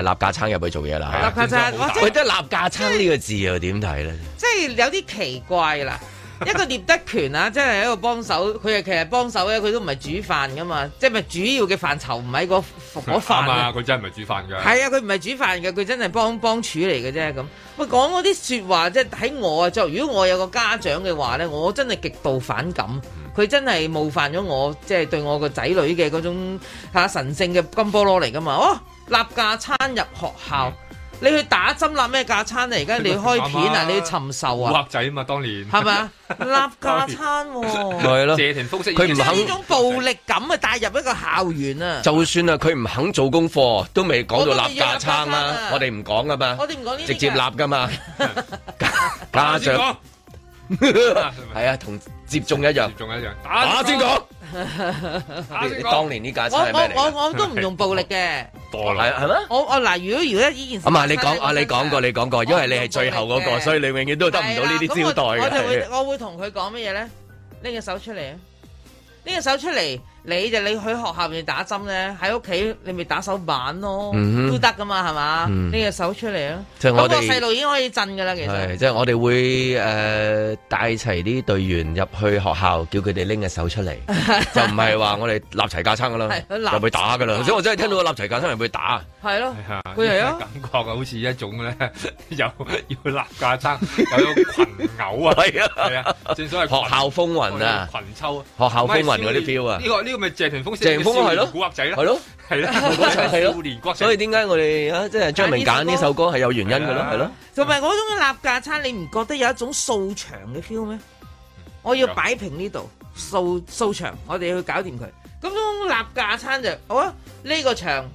Speaker 2: 立架撐入去做嘢
Speaker 3: 係
Speaker 4: 立
Speaker 3: 啊
Speaker 2: 啦。
Speaker 4: 架撐，我
Speaker 2: 喂，
Speaker 4: 真
Speaker 2: 得立架撐呢個字又點睇咧？
Speaker 4: 即係有啲奇怪啦。一個聶德權啊，真係一個幫手，佢係其實幫手咧，佢都唔係煮飯噶嘛，即係咪主要嘅範疇唔喺嗰嗰 飯
Speaker 3: 啱
Speaker 4: 啊
Speaker 3: 啊！？佢真係唔係煮飯㗎，
Speaker 4: 係啊，佢唔係煮飯嘅，佢真係幫幫廚嚟嘅啫咁。喂，講嗰啲説話，即係喺我啊，作如果我有個家長嘅話咧，我真係極度反感。佢真係冒犯咗我，即係對我個仔女嘅嗰種嚇神聖嘅金菠蘿嚟噶嘛？哦，立架餐入學校，你去打針立咩架餐啊？而家你要開片
Speaker 3: 啱
Speaker 4: 啊
Speaker 3: 啊，
Speaker 4: 你要尋仇
Speaker 3: 古
Speaker 4: 啊，
Speaker 3: 惑仔啊嘛，當年
Speaker 4: 係咪啊？ 立架餐 喎、
Speaker 2: 係咯。
Speaker 3: 謝霆鋒飾演
Speaker 2: 佢唔
Speaker 4: 即係
Speaker 2: 肯
Speaker 4: 呢種暴力感啊，帶入一個校園 啊！
Speaker 2: 就算啊，佢唔肯做功課，都未講到立架撐啦。
Speaker 4: 我
Speaker 2: 我
Speaker 4: 都
Speaker 2: 哋唔講噶嘛
Speaker 4: 啊我，哋唔講呢啲㗎
Speaker 2: 直接立噶 嘛。家家
Speaker 3: 打先
Speaker 2: 長
Speaker 3: 講，
Speaker 2: 係啊，同接種一樣
Speaker 3: 接，種一樣，
Speaker 2: 打先講，
Speaker 3: 啱先
Speaker 2: 你
Speaker 3: 講
Speaker 2: 當年呢架車
Speaker 4: 我
Speaker 2: 係咩
Speaker 4: 我
Speaker 2: 嚟㗎？
Speaker 4: 我我都唔用暴力 嘅，
Speaker 3: 多
Speaker 2: 係啊
Speaker 3: 啦，
Speaker 2: 係咩？
Speaker 4: 我我嗱，如果如果呢件事
Speaker 2: 啊嘛，你
Speaker 4: 發生
Speaker 2: 講
Speaker 4: 喺
Speaker 2: 啊，
Speaker 4: 我
Speaker 2: 你
Speaker 4: 身上
Speaker 2: 講過，你講過，因為你係最後嗰個，所以你永遠都得唔到呢啲招待
Speaker 4: 係啦咁我我就
Speaker 2: 嘅
Speaker 4: 會。我會同佢講乜嘢咧？拎隻手出嚟啊！拎隻手出嚟，你就你去學校面打針咧，喺屋企你咪打手板咯，
Speaker 2: 嗯哼
Speaker 4: 都得噶嘛，係嘛？
Speaker 2: 嗯
Speaker 4: 拎隻手出嚟啊！
Speaker 2: 即係我哋
Speaker 4: 咁個細路已經可以震噶啦，其
Speaker 2: 係，
Speaker 4: 實。
Speaker 2: 即係我哋會誒帶齊啲隊員入去學校，叫佢哋拎隻手出 嚟，就唔係話我哋立齊架撐噶啦
Speaker 4: 係，立哦
Speaker 2: 入去打噶啦。所以我真係聽到立齊架撐人會打，
Speaker 4: 係咯，
Speaker 3: 係啊
Speaker 4: 佢嚟啊
Speaker 3: 感覺好似一種咧，又 要立架撐，有種群毆 啊，
Speaker 2: 係啊，
Speaker 3: 係啊，正所謂
Speaker 2: 學校風
Speaker 3: 群
Speaker 2: 雲啊，
Speaker 3: 群抽啊。
Speaker 2: 學校風雲嗰啲 feel 啊
Speaker 3: 呢，個呢個咪謝霆鋒
Speaker 2: 謝霆鋒係咯
Speaker 3: 古惑仔啦，
Speaker 2: 係咯。
Speaker 3: 係啦，
Speaker 2: 係咯
Speaker 3: 少年骨
Speaker 2: 所以點解我哋啊，即係張明揀呢首歌係有原因嘅咯，
Speaker 4: 啊
Speaker 2: 係咯。
Speaker 4: 同埋嗰種立架餐，你唔覺得有一種掃場嘅 feel 咩？我要擺平呢度掃掃場，我哋去搞掂佢。咁種立架餐就好啊！呢、個場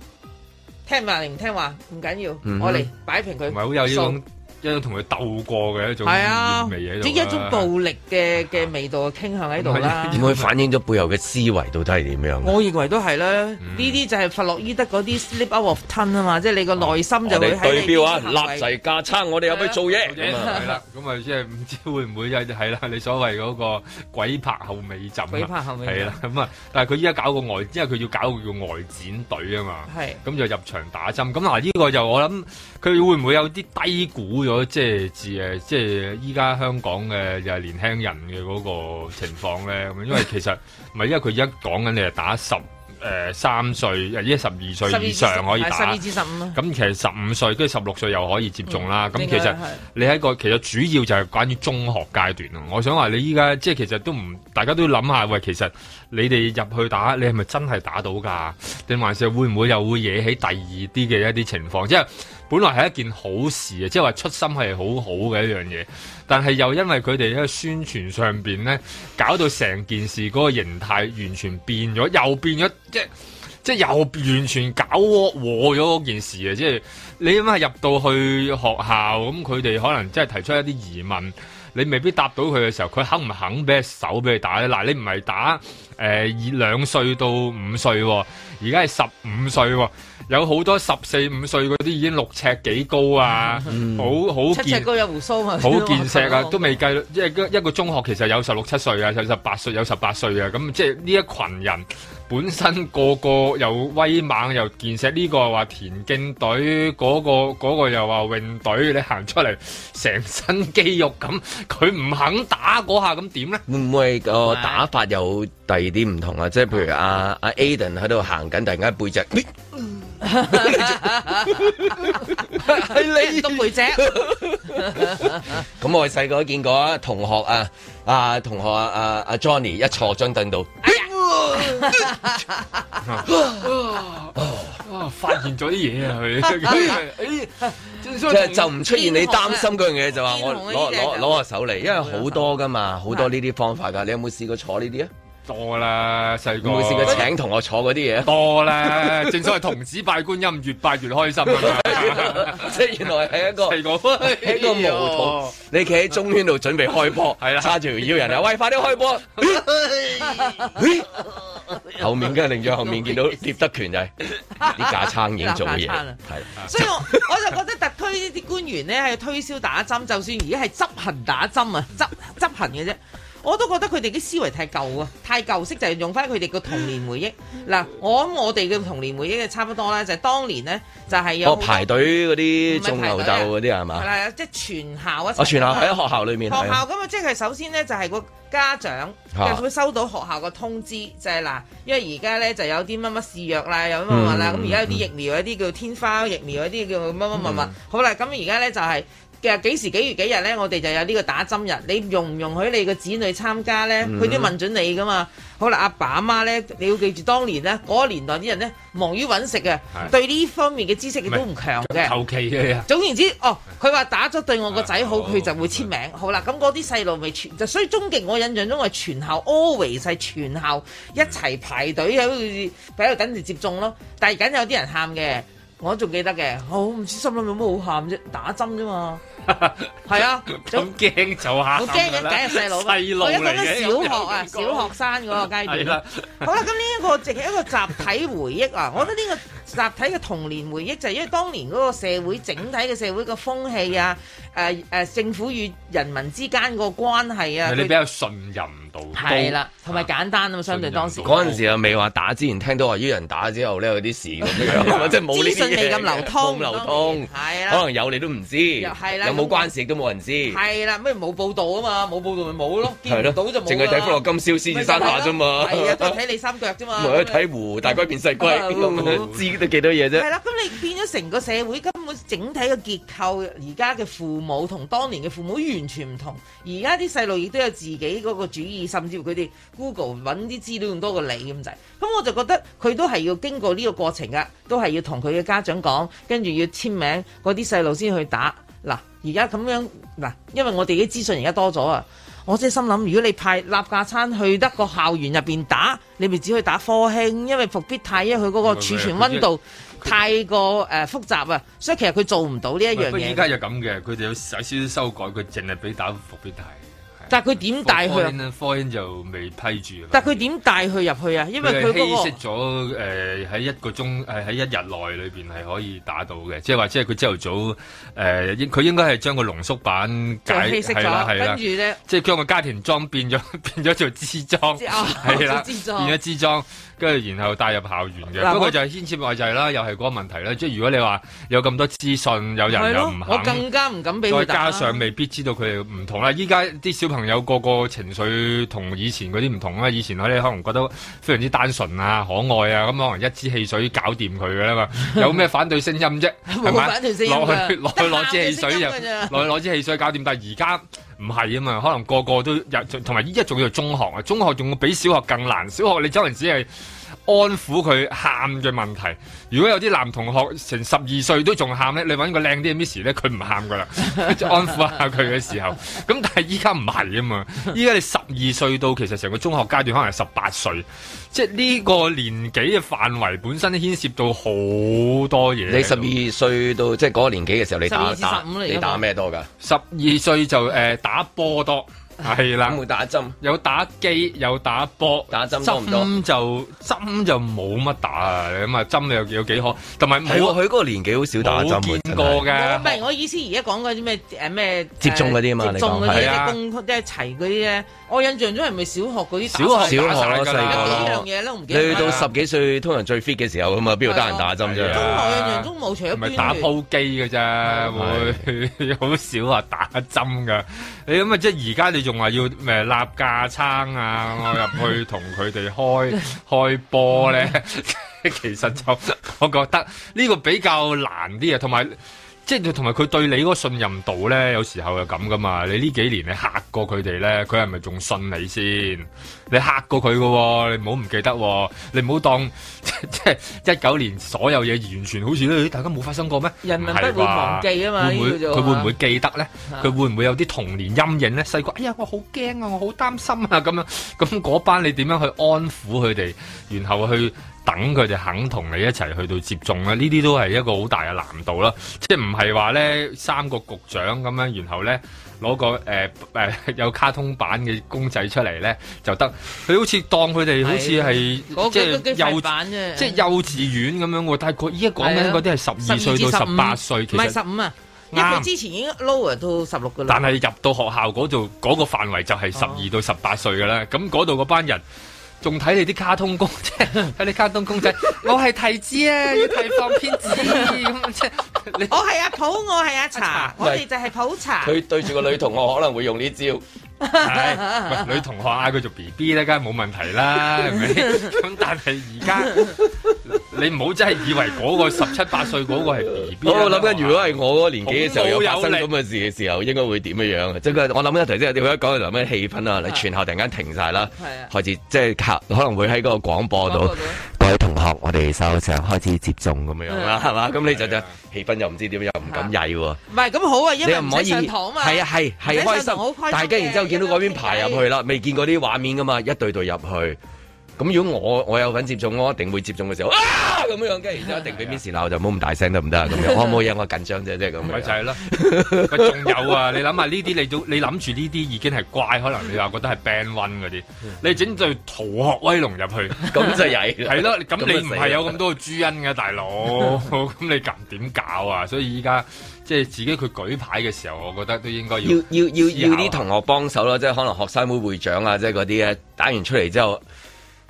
Speaker 4: 聽話定唔聽話唔緊要，
Speaker 2: 嗯哼
Speaker 4: 我嚟擺平佢。
Speaker 3: 唔係好有呢種
Speaker 4: 掃
Speaker 3: 一種同佢鬥過嘅一種
Speaker 4: 係啊
Speaker 3: 意味喺，度
Speaker 4: 即
Speaker 3: 啦
Speaker 4: 係一種暴力嘅嘅味道嘅傾向喺度啦
Speaker 2: 點。會反映咗背後嘅思維到底係點樣？啊
Speaker 4: 我認為都係啦，呢啲就係弗洛伊德嗰啲 slip out of tongue 啊嘛，即係你個內心
Speaker 2: 我
Speaker 4: 就會
Speaker 2: 哋
Speaker 4: 喺
Speaker 2: 對
Speaker 4: 你
Speaker 2: 標啊，
Speaker 4: 啲行為
Speaker 2: 立齊架撐，我哋有去做嘢咁啊。
Speaker 3: 係啦，咁啊，即係唔知會唔會係啦，你所謂嗰個鬼拍後尾枕啊，
Speaker 4: 鬼拍後尾枕
Speaker 3: 係啦，咁啊，但係佢依家搞個外，因為佢要搞個叫外展隊啊嘛，
Speaker 4: 係
Speaker 3: 咁就入場打針。咁嗱，呢個就我諗佢會唔會有啲低估咗，即係自誒，即係依家香港嘅又係年輕人嘅嗰個情況咧？咁因為其實唔係，因為佢而家講緊你係打十誒三歲，呃誒依家十二
Speaker 4: 十
Speaker 3: 歲
Speaker 4: 二
Speaker 3: 以上可以
Speaker 4: 十
Speaker 3: 打
Speaker 4: 二。至十五啊。
Speaker 3: 咁其實十五歲跟住十六歲又可以接種啦。咁、
Speaker 4: 嗯
Speaker 3: 其
Speaker 4: 另外
Speaker 3: 實
Speaker 4: 係
Speaker 3: 你喺個其實主要就係關於中學階段咯。我想話你依家即係其實都唔，大家都要諗下，喂，其實你哋入去打，你係咪真係打到㗎？定還是會唔會又會惹起第二啲嘅一啲情況？即係本來係一件好事啊，即係話出心係好好嘅一樣嘢，但係又因為佢哋喺個宣傳上邊咧，搞到成件事嗰個形態完全變咗，又變咗即係。即係又完全搞和咗嗰件事啊！即係你咁係入到去學校，咁佢哋可能真係提出一啲疑問，你未必答到佢嘅時候，佢肯唔肯俾隻手俾你打咧？嗱，你唔係打誒、呃、以兩歲到五歲喎，而家係十五歲喎，有好多十四五歲嗰啲已經六尺幾高啊，好好
Speaker 4: 七尺
Speaker 3: 健
Speaker 4: 高啊有胡鬚嘛，
Speaker 3: 好 健碩啊，都未計，即係一個一個中學其實有十六七歲啊，有十八歲，有十八歲啊，咁即係呢一群人本身個個又威猛又健碩，呢、個話田徑隊，嗰、個嗰、個又話泳隊，你行出嚟成身肌肉咁， 佢唔肯打嗰下咁點咧？
Speaker 2: 會唔會個打法有第二啲唔同啊？即係譬如阿阿 Aden 喺度行緊，突然間背 脊，咦
Speaker 4: 係你都背脊，
Speaker 2: 咁我細個都見過啊，同學啊，啊同學啊，啊啊 Johnny 一坐張凳度，
Speaker 3: 啊，發現咗啲嘢啊 佢，哎正所
Speaker 2: 即
Speaker 3: 謂
Speaker 2: 係就
Speaker 3: 同
Speaker 2: 唔出現你擔心嗰樣嘢，就話我攞攞攞個手嚟，因為好多噶嘛，好多呢啲方法㗎。你有冇試過坐呢啲啊？
Speaker 3: 多啦，細個
Speaker 2: 有冇試過請同學坐嗰啲 嘢啊？
Speaker 3: 多啦，正所謂童子拜觀音，越拜越開心啊！
Speaker 2: 即係原來係一個。
Speaker 3: 細個哎
Speaker 2: 喺個無圖，你企喺中圈度準備開波，
Speaker 3: 係啦
Speaker 2: 叉住條腰人啊，喂，快啲開波！咦後面跟住擰咗後面見到聶德權就係啲架撐已經做嘢，
Speaker 4: 架撐啊
Speaker 2: 係啦
Speaker 4: 所以我我就覺得特區呢啲官員咧係推銷打針，就算而家係執行打針啊， 執執行嘅啫。我都覺得佢哋啲思維太舊啊，太舊式就係用翻佢哋個童年回憶。嗱，我諗我哋嘅童年回憶就差不多啦，就係、當年咧就係、有
Speaker 2: 我
Speaker 3: 哦
Speaker 4: 好多
Speaker 2: 排隊嗰啲
Speaker 4: 唔係排
Speaker 2: 種
Speaker 4: 隊啊
Speaker 2: 牛豆嗰啲係
Speaker 4: 係
Speaker 2: 嘛？
Speaker 4: 啦，即係全校一齊
Speaker 3: 哦
Speaker 2: 我全校喺學校裏面
Speaker 4: 學
Speaker 2: 係啊
Speaker 4: 校咁啊，即係首先咧就係個家長就
Speaker 2: 嚇
Speaker 4: 會收到學校個通知，就係嗱，因為而家咧就有啲乜乜試藥啦，有乜乜乜
Speaker 2: 嗯
Speaker 4: 啦，咁而家有啲疫苗，有啲叫天花疫苗，有啲叫乜乜乜乜，
Speaker 2: 嗯
Speaker 4: 好啦，咁而家咧就係。嘅幾時幾月幾日咧？我哋就有呢個打針日，你容唔容許你個子女參加咧？
Speaker 2: 嗯
Speaker 4: 佢都問準你噶嘛。好啦，阿爸阿媽咧，你要記住，當年咧嗰、個年代啲人咧忙於揾食嘅
Speaker 3: 係，
Speaker 4: 對呢方面嘅知識亦都唔強嘅。
Speaker 3: 求其嘅啊！
Speaker 4: 總言之，哦，佢話打咗對我個仔好，
Speaker 3: 啊
Speaker 4: 佢就會簽名。好啦，咁嗰啲細路咪全就，所以終極我印象中係全校 always 係全校一齊排隊喺度喺度等住接種咯。但係哦 梗有啲人喊嘅，我仲記得嘅，我唔知心諗有乜好喊啫，打針啫嘛。係啊，就
Speaker 3: 咁驚就嚇，
Speaker 4: 好驚嘅，梗係細佬啦。
Speaker 3: 細路
Speaker 4: 我而家
Speaker 3: 嚟
Speaker 4: 講
Speaker 3: 嘅，
Speaker 4: 緊小學啊，小學生嗰個階
Speaker 3: 係
Speaker 4: 段
Speaker 3: 啦
Speaker 4: 啦。， 好啦，咁呢一個直係一個集體回憶啊！我覺得呢個集體嘅童年回憶就係因為當年嗰個社會整體嘅社會個風氣啊，誒、誒政府與人民之間個關係啊，
Speaker 3: 你比
Speaker 4: 佢
Speaker 3: 較信任度高
Speaker 4: 係啦，同埋簡單啊嘛，相對當時
Speaker 3: 信任度
Speaker 2: 嗰陣時又未話打，之前聽到話於人打之後咧有啲事咁樣，即係冇呢啲
Speaker 4: 資
Speaker 2: 嘢
Speaker 4: 訊未咁流
Speaker 2: 冇咁
Speaker 4: 通，
Speaker 2: 流通，
Speaker 4: 係
Speaker 2: 可
Speaker 4: 啦。
Speaker 2: 能有你都唔知，
Speaker 4: 又係啦
Speaker 2: 有冇
Speaker 4: 咁
Speaker 2: 關事亦都冇人知，
Speaker 4: 係啦，咩冇報道啊嘛，冇報道咪冇咯，見
Speaker 2: 係咯
Speaker 4: 唔到就冇
Speaker 2: 淨係睇《歡樂今宵》獅子山下啫嘛，
Speaker 4: 係啊，都係睇你三腳啫嘛。
Speaker 2: 咪睇湖大龜變細龜，知
Speaker 4: 嗯
Speaker 2: 得幾多嘢啫
Speaker 4: 係？啦，咁你變咗成個社會根本整體嘅結構，而家嘅父母同當年嘅父母完全唔同。而家啲細路亦都有自己嗰個主意，甚至乎佢哋 Google 揾啲資料仲多過你咁滯。咁我就覺得佢都係要經過呢個過程噶，啊都係要同佢嘅家長講，跟住要簽名，嗰啲細路先去打。嗱，而家咁樣嗱，因為我哋啲資訊而家多咗啊。我真係心諗，如果你派立架餐去得個校園入邊打，你咪只可以打科興，因為復必泰，因為佢嗰個儲存温度太過誒、呃、複雜啊，所以其實佢做唔到呢一樣
Speaker 3: 不過依家
Speaker 4: 嘢。
Speaker 3: 就咁嘅，佢哋有少少修改，佢淨係俾打伏必泰嘅。
Speaker 4: 但係佢點帶
Speaker 3: 科
Speaker 4: 佢？啊
Speaker 3: 恩科恩就未批住。
Speaker 4: 但係佢點帶佢入去啊？因為佢
Speaker 3: 佢係
Speaker 4: 嗰、
Speaker 3: 稀釋咗誒喺一個鐘誒喺一日內裏邊係可以打到嘅，即係話即係佢朝頭早誒，呃應佢、應該係將個濃縮版
Speaker 4: 個
Speaker 3: 解
Speaker 4: 就稀釋
Speaker 3: 係啦
Speaker 4: 咗，
Speaker 3: 係
Speaker 4: 跟
Speaker 3: 啦
Speaker 4: 住，咧
Speaker 3: 即係將個家庭裝變咗 變咗做支裝，
Speaker 4: 之後
Speaker 3: 係啦，
Speaker 4: 就知
Speaker 3: 變咗
Speaker 4: 咗。
Speaker 3: 支裝，跟住然後帶入校園
Speaker 4: 嗱
Speaker 3: 嘅。不過
Speaker 4: 我
Speaker 3: 就係牽涉外就係啦，又係嗰個問題啦。即係如果你話有咁多資訊，有人
Speaker 4: 係
Speaker 3: 又
Speaker 4: 咯
Speaker 3: 唔，
Speaker 4: 我
Speaker 3: 肯。
Speaker 4: 更加唔敢俾
Speaker 3: 再
Speaker 4: 佢打。
Speaker 3: 加上未必知道佢哋唔同啦，依家啲小朋友個個情緒同以前嗰啲唔同啦。以前我哋可能覺得非常之單純啊、可愛啊，咁可能一支汽水搞掂佢噶啦 嘛。有咩反對聲音啫？係
Speaker 4: 冇
Speaker 3: 咪
Speaker 4: 反對聲音㗎
Speaker 3: 攞去攞去
Speaker 4: 得
Speaker 3: 攞支汽水
Speaker 4: 喊嘅聲音
Speaker 3: 又
Speaker 4: 㗎咋
Speaker 3: 攞去攞支汽水搞掂，但係而家唔係啊嘛，可能個個都有，同埋依家仲要中學啊，中學仲比小學更難。小學你可能只係。安撫佢喊嘅問題。如果有啲男同學成十二歲都仲喊咧，你揾個靚啲嘅 Miss 咧，佢唔喊噶啦， 就安撫下佢嘅時候。咁但係依家唔係啊嘛，依家你十二歲到其實成個中學階段可能係十八歲，即係呢個年紀嘅範圍本身牽涉到好多嘢。
Speaker 2: 你十二歲到即係嗰個年紀嘅時候，你打
Speaker 4: 12至
Speaker 2: 打
Speaker 4: 15嚟㗎嘛
Speaker 2: 你打咩多㗎？
Speaker 3: 十二歲就誒、呃打波多，係啦
Speaker 2: 咁。會打針？
Speaker 3: 有打機，有打波，
Speaker 2: 嗯打針多唔多
Speaker 3: 針就針就冇乜打啊！咁啊，針你又有幾可，同埋
Speaker 2: 係喎，
Speaker 3: 冇
Speaker 2: 佢嗰個年紀好少打針
Speaker 3: 冇
Speaker 2: 喎，
Speaker 3: 見
Speaker 2: 真
Speaker 3: 過
Speaker 2: 係。
Speaker 4: 我
Speaker 3: 嘅
Speaker 4: 唔。係我意思，而家講嗰啲咩誒咩
Speaker 2: 接種嗰啲啊嘛
Speaker 4: 誒接種
Speaker 3: 你
Speaker 4: 嗰啲
Speaker 3: 講係
Speaker 4: 即
Speaker 3: 啊
Speaker 4: 係公即係齊嗰啲咧，我印象中係咪小學嗰啲打
Speaker 3: 小學啊
Speaker 2: 小學啊
Speaker 3: 打曬
Speaker 2: 細
Speaker 3: 㗎啦
Speaker 2: 個
Speaker 4: 有
Speaker 2: 咯
Speaker 4: 呢樣嘢咧，我唔
Speaker 2: 你
Speaker 4: 記得
Speaker 2: 去
Speaker 4: 咗。
Speaker 2: 到十幾歲，通常最 fit 嘅時候咁啊，邊度得人打針
Speaker 3: 係
Speaker 4: 中
Speaker 2: 啫
Speaker 3: 啊？
Speaker 4: 學印象中冇，除咗
Speaker 3: 唔係
Speaker 4: 邊
Speaker 3: 打
Speaker 4: 緣
Speaker 3: 鋪機嘅啫，會 好少話打針噶。你咁啊，即係而家你仲話要誒立架撐啊，我入去同佢哋開開波咧， 其實就我覺得呢個比較難啲啊，同埋。即係同埋佢對你嗰個信任度咧，有時候係咁噶嘛。你呢幾年你嚇過佢哋咧，佢係咪仲信你先？你嚇過佢嘅喎，你唔好唔記得喎，你唔好當 即係一九年所有嘢完全好似咧，大家冇發生過咩？
Speaker 4: 人民
Speaker 3: 唔係
Speaker 4: 不會
Speaker 3: 啩
Speaker 4: 忘記啊嘛，
Speaker 3: 會唔會
Speaker 4: 呢叫
Speaker 3: 佢
Speaker 4: 做
Speaker 3: 會唔會記得咧？佢會唔會有啲童年陰影咧？細個，哎呀，我好驚啊，我好擔心啊，咁樣咁嗰班你點樣去安撫佢哋，然後去等佢哋肯同你一齊去到接種咧？呢啲都係一個好大嘅難度啦，即係唔係話咧三個局長咁樣，然後咧。攞個誒誒、呃有卡通版嘅公仔出嚟咧就得，佢好似當佢哋好似係
Speaker 4: 嗰
Speaker 3: 即
Speaker 4: 個都幾
Speaker 3: 係幼
Speaker 4: 快版啫，
Speaker 3: 即係幼稚園咁樣喎，但係佢依家講緊嗰啲係十二歲
Speaker 4: 12
Speaker 3: 到
Speaker 4: 至
Speaker 3: 十八歲，
Speaker 4: 唔
Speaker 3: 其
Speaker 4: 係
Speaker 3: 實
Speaker 4: 十五啊，因為佢
Speaker 3: 啱
Speaker 4: 之前已經 lower 到十六噶
Speaker 3: 但
Speaker 4: 啦。
Speaker 3: 係入到學校嗰度嗰個範圍就係十二到十八歲嘅啦。咁嗰度嗰班人仲睇你啲卡通公仔， 睇你卡通公仔，我係提子啊，要提放偏子咁即係你
Speaker 4: 我係阿普，我係阿茶，
Speaker 2: 唔係
Speaker 4: 我哋就係普茶。
Speaker 2: 佢對住個女同學可能會用呢招。
Speaker 3: 係喂女同學嗌佢做 B B 咧，梗係冇問題啦，係咪？咁但係而家你唔好真係以為嗰個十七八歲嗰個係 B B。
Speaker 2: 我諗緊，如果係我嗰個年紀嘅時候
Speaker 3: 好
Speaker 2: 有
Speaker 3: 冇
Speaker 2: 發生
Speaker 3: 有力
Speaker 2: 咁嘅事嘅時候，應該會點樣樣啊？即係我諗緊頭先，你一講諗緊氣氛啊，你
Speaker 4: 係
Speaker 2: 全校突然間停晒啦
Speaker 4: 係啊，
Speaker 2: 開始即係靠可能會喺嗰個廣播
Speaker 4: 廣
Speaker 2: 度
Speaker 4: 播度，
Speaker 2: 各位同學，我哋手上開始接種咁樣樣啦，
Speaker 4: 嗯
Speaker 2: 係嘛？咁你就
Speaker 3: 係
Speaker 2: 就
Speaker 3: 啊
Speaker 2: 氣氛又唔知點，又唔敢曳喎。
Speaker 4: 唔係咁好啊，因
Speaker 2: 你
Speaker 4: 為
Speaker 2: 又
Speaker 4: 唔
Speaker 2: 可
Speaker 4: 使
Speaker 2: 以
Speaker 4: 上堂嘛。
Speaker 2: 係啊係係
Speaker 4: 唔使
Speaker 2: 開
Speaker 4: 上堂好
Speaker 2: 心
Speaker 4: 開心，
Speaker 2: 但係跟住然之後
Speaker 4: 嘅
Speaker 2: 見到嗰邊排入
Speaker 4: 有得
Speaker 2: 去啦，未見過啲畫面噶嘛，一對對入去，咁如果我我有份接種，我一定會接種嘅時候啊咁樣，跟住然之後一定俾 Miss 鬧就唔好咁大聲得唔得啊？咁 樣可唔可以啊？我緊張啫，即係咁
Speaker 3: 咪就
Speaker 2: 樣。
Speaker 3: 係咯， 咪仲有啊！你諗下呢啲，你都你諗住呢啲已經係怪，可能你話覺得係 band one 嗰啲，你整對逃學威龍入 去，
Speaker 2: 咁就曳啦
Speaker 3: 係咯，咁
Speaker 2: 就
Speaker 3: 你唔
Speaker 2: 死啦
Speaker 3: 係有咁多個朱恩嘅大佬， 咁你咁點搞啊？所以依家即係自己佢舉牌嘅時候，我覺得都應該
Speaker 2: 要
Speaker 3: 要
Speaker 2: 要要
Speaker 3: 思考
Speaker 2: 要
Speaker 3: 啊
Speaker 2: 啲同學幫手咯，即係可能學生會會長啊，即係嗰啲咧打完出嚟之後，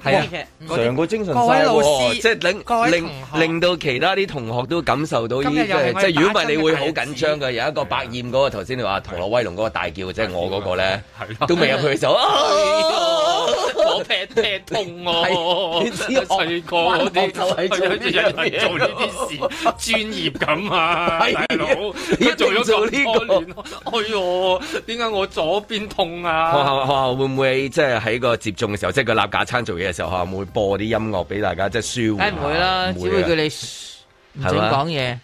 Speaker 2: 係啊。上個精神
Speaker 5: 各位老師
Speaker 2: 即
Speaker 5: 各
Speaker 2: 係令
Speaker 5: 位同
Speaker 2: 令
Speaker 5: 學
Speaker 2: 令到其他啲同學都感受到呢，
Speaker 5: 今
Speaker 2: 即
Speaker 5: 日又係
Speaker 2: 係即係如果唔係，你會好
Speaker 5: 我哋打針嘅
Speaker 2: 緊張嘅。有一個百厭嗰個頭先你話銅鑼威龍嗰個大叫，即係我嗰個 咧，都未入去嘅時候，啊
Speaker 3: 我劈劈痛我，
Speaker 2: 係 你知我
Speaker 3: 細個嗰
Speaker 2: 我就係
Speaker 3: 啲
Speaker 2: 做呢啲嘢
Speaker 3: 係做呢啲事，專業咁啊，
Speaker 2: 係啊
Speaker 3: 大佬，
Speaker 2: 你一
Speaker 3: 佢做
Speaker 2: 定
Speaker 3: 咗
Speaker 2: 做
Speaker 3: 咁
Speaker 2: 呢個
Speaker 3: 多年，哎呦，點解我左邊痛
Speaker 2: 學
Speaker 3: 啊？
Speaker 2: 校學校會唔會即係喺個接種嘅時候，即係個立架餐做嘢嘅時候，學校會唔會播啲音樂俾大家即係舒緩
Speaker 4: 梗
Speaker 2: 下？
Speaker 4: 係唔會啦，只會
Speaker 2: 嘅
Speaker 4: 叫你噓唔准
Speaker 2: 係嘛
Speaker 4: 講嘢，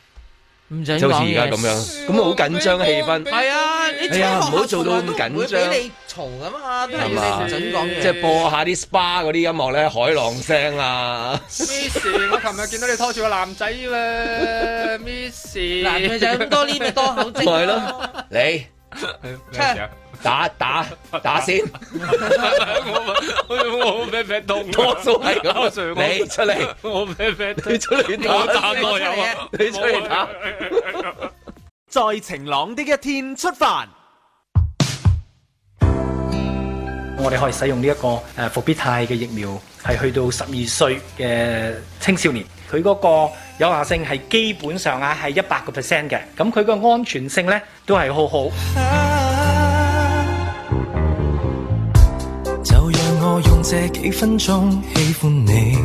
Speaker 4: 唔准
Speaker 2: 就好
Speaker 4: 講
Speaker 2: 似而家
Speaker 4: 嘢。
Speaker 2: 咁樣，咁啊好緊張嘅氣氛。
Speaker 4: 係啊，你
Speaker 2: 哎呀
Speaker 4: 中學
Speaker 2: 唔好做到咁
Speaker 4: 從來都唔會
Speaker 2: 緊張
Speaker 4: 俾你嘈噶嘛，都係
Speaker 2: 係嘛
Speaker 4: 要你唔准講嘢。
Speaker 2: 即係播下啲 SPA 嗰啲音樂咧，海浪聲啊，
Speaker 3: Miss，我琴日見到你拖住個男仔喎，Miss。
Speaker 4: 嗱，佢就咁多呢咪多 口精
Speaker 2: 咪係咯，你
Speaker 3: 咩 事啊？
Speaker 2: 打打打先，
Speaker 3: 我我我咩咩痛啊，
Speaker 2: 多數係
Speaker 3: 多數我
Speaker 2: 咁，你出嚟，
Speaker 3: 我咩咩痛
Speaker 2: 你，出嚟
Speaker 3: 我
Speaker 2: 打，
Speaker 3: 打我有啊，
Speaker 2: 你出嚟打。啊
Speaker 8: 在晴朗的一天出發。
Speaker 9: 我哋可以使用呢、一個誒、呃、復必泰嘅疫苗，係去到十二歲嘅青少年，佢嗰個有效性係基本上啊係一百個 percent 嘅，咁佢個安全性咧都係好好。
Speaker 10: 就讓我用這幾分鐘喜歡你。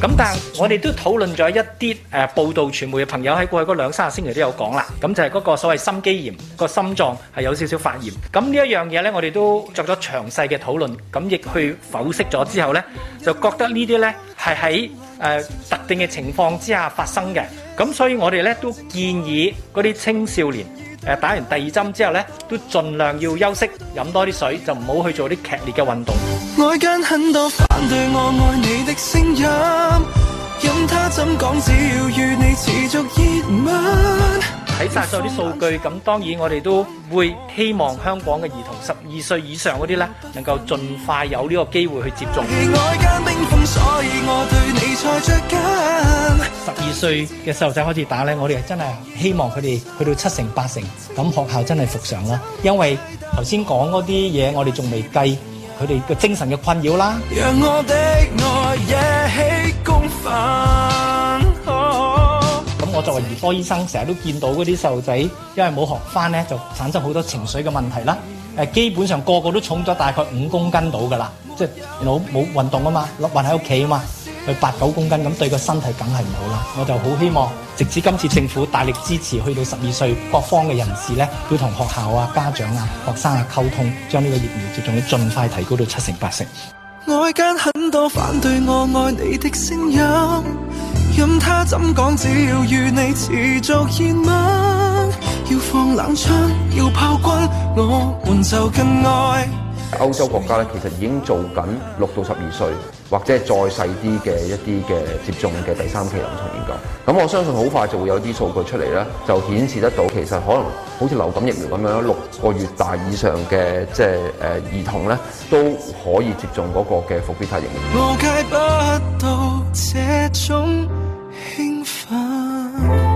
Speaker 9: 咁但係我哋都討論咗一啲誒、呃、報道傳媒嘅朋友喺過去嗰兩三個星期都有講啦，咁就係嗰個所謂心肌炎個心臟係有少少發炎。咁呢一樣嘢呢，我哋都作咗詳細嘅討論，咁亦去剖析咗之後呢，就覺得呢啲呢係喺誒特定嘅情況之下發生嘅。咁所以我哋呢都建議嗰啲青少年誒、呃打完第二針之後呢，都盡量要休息，飲多啲水，就唔好去做啲劇烈嘅運動。
Speaker 10: 外間很多反對我愛你的聲音，任他怎講，只要與你持續熱吻。
Speaker 9: 睇晒所有啲數據，咁當然我哋都會希望香港嘅兒童十二歲以上嗰啲呢，能夠盡快有呢個機會去接種。
Speaker 10: 外間冰封，所以我對你才着緊。
Speaker 9: 十二歲嘅細路仔開始打呢，我哋真係希望佢哋去到七成八成，咁學校真係復常啦。因為頭先講嗰啲嘢，我哋仲未計佢哋嘅精神嘅困擾啦。
Speaker 10: 讓我的愛惹起公憤。哦
Speaker 9: 咁我作為兒科醫生，成日都見到嗰啲細路仔，因為冇學翻咧，就產生好多情緒嘅問題啦。誒，基本上個個都重咗大概五公斤到㗎啦，即係冇冇運動啊嘛，困喺屋企啊嘛，佢八九公斤咁對個身體梗係唔好啦。我就好希望，直至今次政府大力支持，去到十二歲各方嘅人士咧，要同學校啊、家長啊、學生啊溝通，將呢個疫苗接種率盡快提高到七成八成。
Speaker 10: 外間很多反對我愛你的聲音，任他怎講，只要與你持續熱吻，要放冷槍，要炮轟，我們就更愛。
Speaker 11: 歐洲國家咧，其實已經做緊六到十二歲或者係再細啲嘅一啲嘅接種嘅第三期臨床研究。咁我相信好快就會有啲數據出嚟咧，就顯示得到其實可能好似流感疫苗咁樣，六個月大以上嘅即係誒兒童咧都可以接種嗰個嘅復必泰疫苗。
Speaker 10: 我戒不到這種興奮。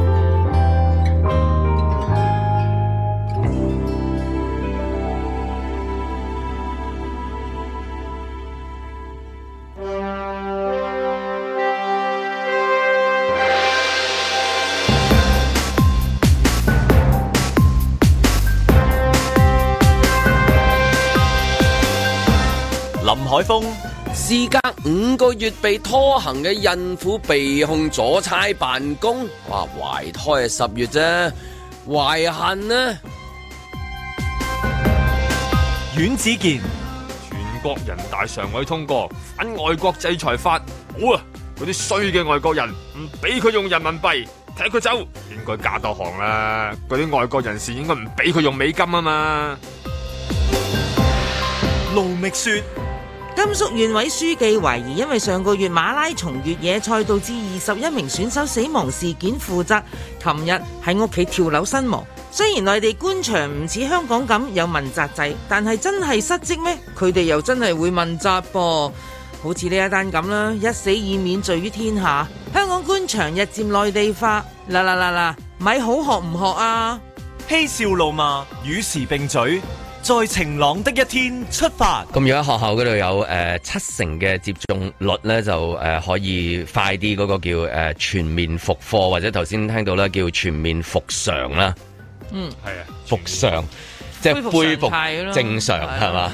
Speaker 8: 林海峰、
Speaker 2: 事隔五個月被拖行嘅孕婦被控阻差辦公，哇！懷胎係十月啫，懷恨呢？
Speaker 8: 阮子健、
Speaker 3: 全國人大常委通過反外國制裁法，好啊！嗰啲衰嘅外國人唔俾佢用人民幣，踢佢走，應該加多行啦。嗰啲外國人士應該唔俾佢用美金啊嘛。
Speaker 8: 盧覓雪、
Speaker 4: 甘肅縣委書記懷疑因為上個月馬拉松越野賽導致二十一名選手死亡事件負責，琴日喺屋企跳樓身亡。雖然內地官場唔似香港咁有問責制，但係真係失職咩？佢哋又真係會問責噃。好似呢一單咁啦，一死以免罪於天下。香港官場日漸內地化，嗱嗱嗱嗱，咪好學唔學啊！
Speaker 1: 嬉笑怒罵，與時並舉，在晴朗的一天出發。
Speaker 2: 咁而家學校嗰度有誒、呃七成嘅接種率咧，就誒、呃可以快啲嗰個叫誒、呃全面復課，或者頭先聽到啦，叫全面復常啦，
Speaker 4: 嗯，
Speaker 7: 係啊，
Speaker 2: 復常即係
Speaker 4: 恢復
Speaker 2: 恢
Speaker 4: 常態咯
Speaker 2: 復正常
Speaker 4: 係啊
Speaker 2: 係嘛？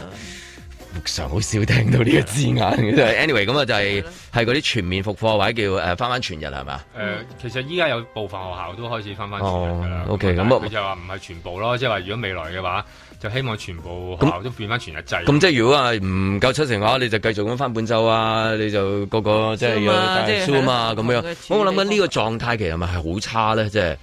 Speaker 2: 復常好少聽到呢個字眼嘅真係，anyway 咁啊就係係嗰啲全面復課或者叫誒翻翻全日係嘛？
Speaker 3: 誒、其實依家有部分學校都開始翻翻全日㗎
Speaker 2: 哦
Speaker 3: 啦。
Speaker 2: ，OK，
Speaker 3: 但係
Speaker 2: 咁啊
Speaker 3: 佢就話唔係全部咯，即係話如果未來嘅話，就希望全部學校都變翻全日制。
Speaker 2: 咁即係如果話唔夠七成嘅話，你就繼續咁翻半週啊，你就個個即係要
Speaker 4: Zoom 啊
Speaker 2: 大
Speaker 4: 即係
Speaker 2: Zoom 啊
Speaker 4: 係
Speaker 2: 咁
Speaker 4: 咯
Speaker 2: 樣
Speaker 4: 同佢。
Speaker 2: 我我諗緊
Speaker 4: 處理
Speaker 2: 呢個狀態其實係咪係好差咧？即係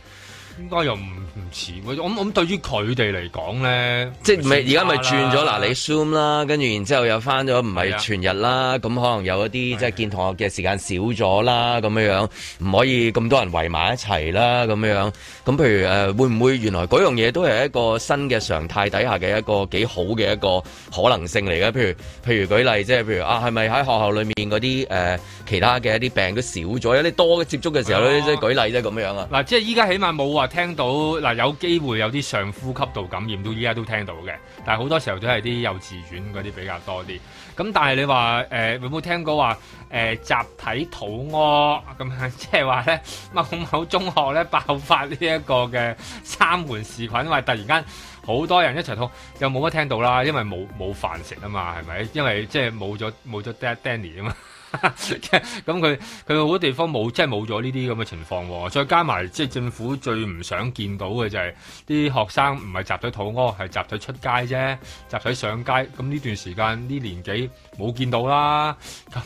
Speaker 3: 應該又唔唔似喎。我我諗對於佢哋嚟講咧，
Speaker 2: 即係咪而家咪轉咗
Speaker 3: 啦
Speaker 2: 嗱？你 Zoom 啦，跟住然之後又翻咗唔係全日啦，咁可能有一啲即係見同學嘅時間少咗啦，咁樣樣唔可以咁多人圍埋一齊啦，咁樣樣咁譬如誒、呃，會唔會原來嗰樣嘢都係一個新嘅常態底下嘅一個幾好嘅一個可能性嚟嘅？譬如譬如舉例，即係譬如啊，係咪喺學校裏面嗰啲誒其他嘅一啲病都少咗，有啲多接觸嘅時候咧，
Speaker 3: 係啊
Speaker 2: 即係舉例啫咁樣啊。
Speaker 3: 嗱，即係依家起碼冇話聽到嗱，有機會有啲上呼吸道感染都依家都聽到嘅，但係好多時候都係啲幼稚園嗰啲比較多啲。咁但係你話誒、呃有冇聽過話誒、呃集體肚屙咁樣，即係話 咧某某中學咧爆發呢一個嘅三門氏菌，話突然間。好多人一齊痛，又冇乜聽到啦，因為冇冇飯食啊嘛，係咪？因為即係冇咗冇咗 Dad Danny 啊嘛。 咁佢佢好多地方冇，即係冇咗呢啲咁嘅情況喎。再加埋即係政府最唔想見到嘅就係、啲學生唔係集體肚屙，係集體出街啫，集體上街。咁呢段時間呢年紀冇見到啦。 咁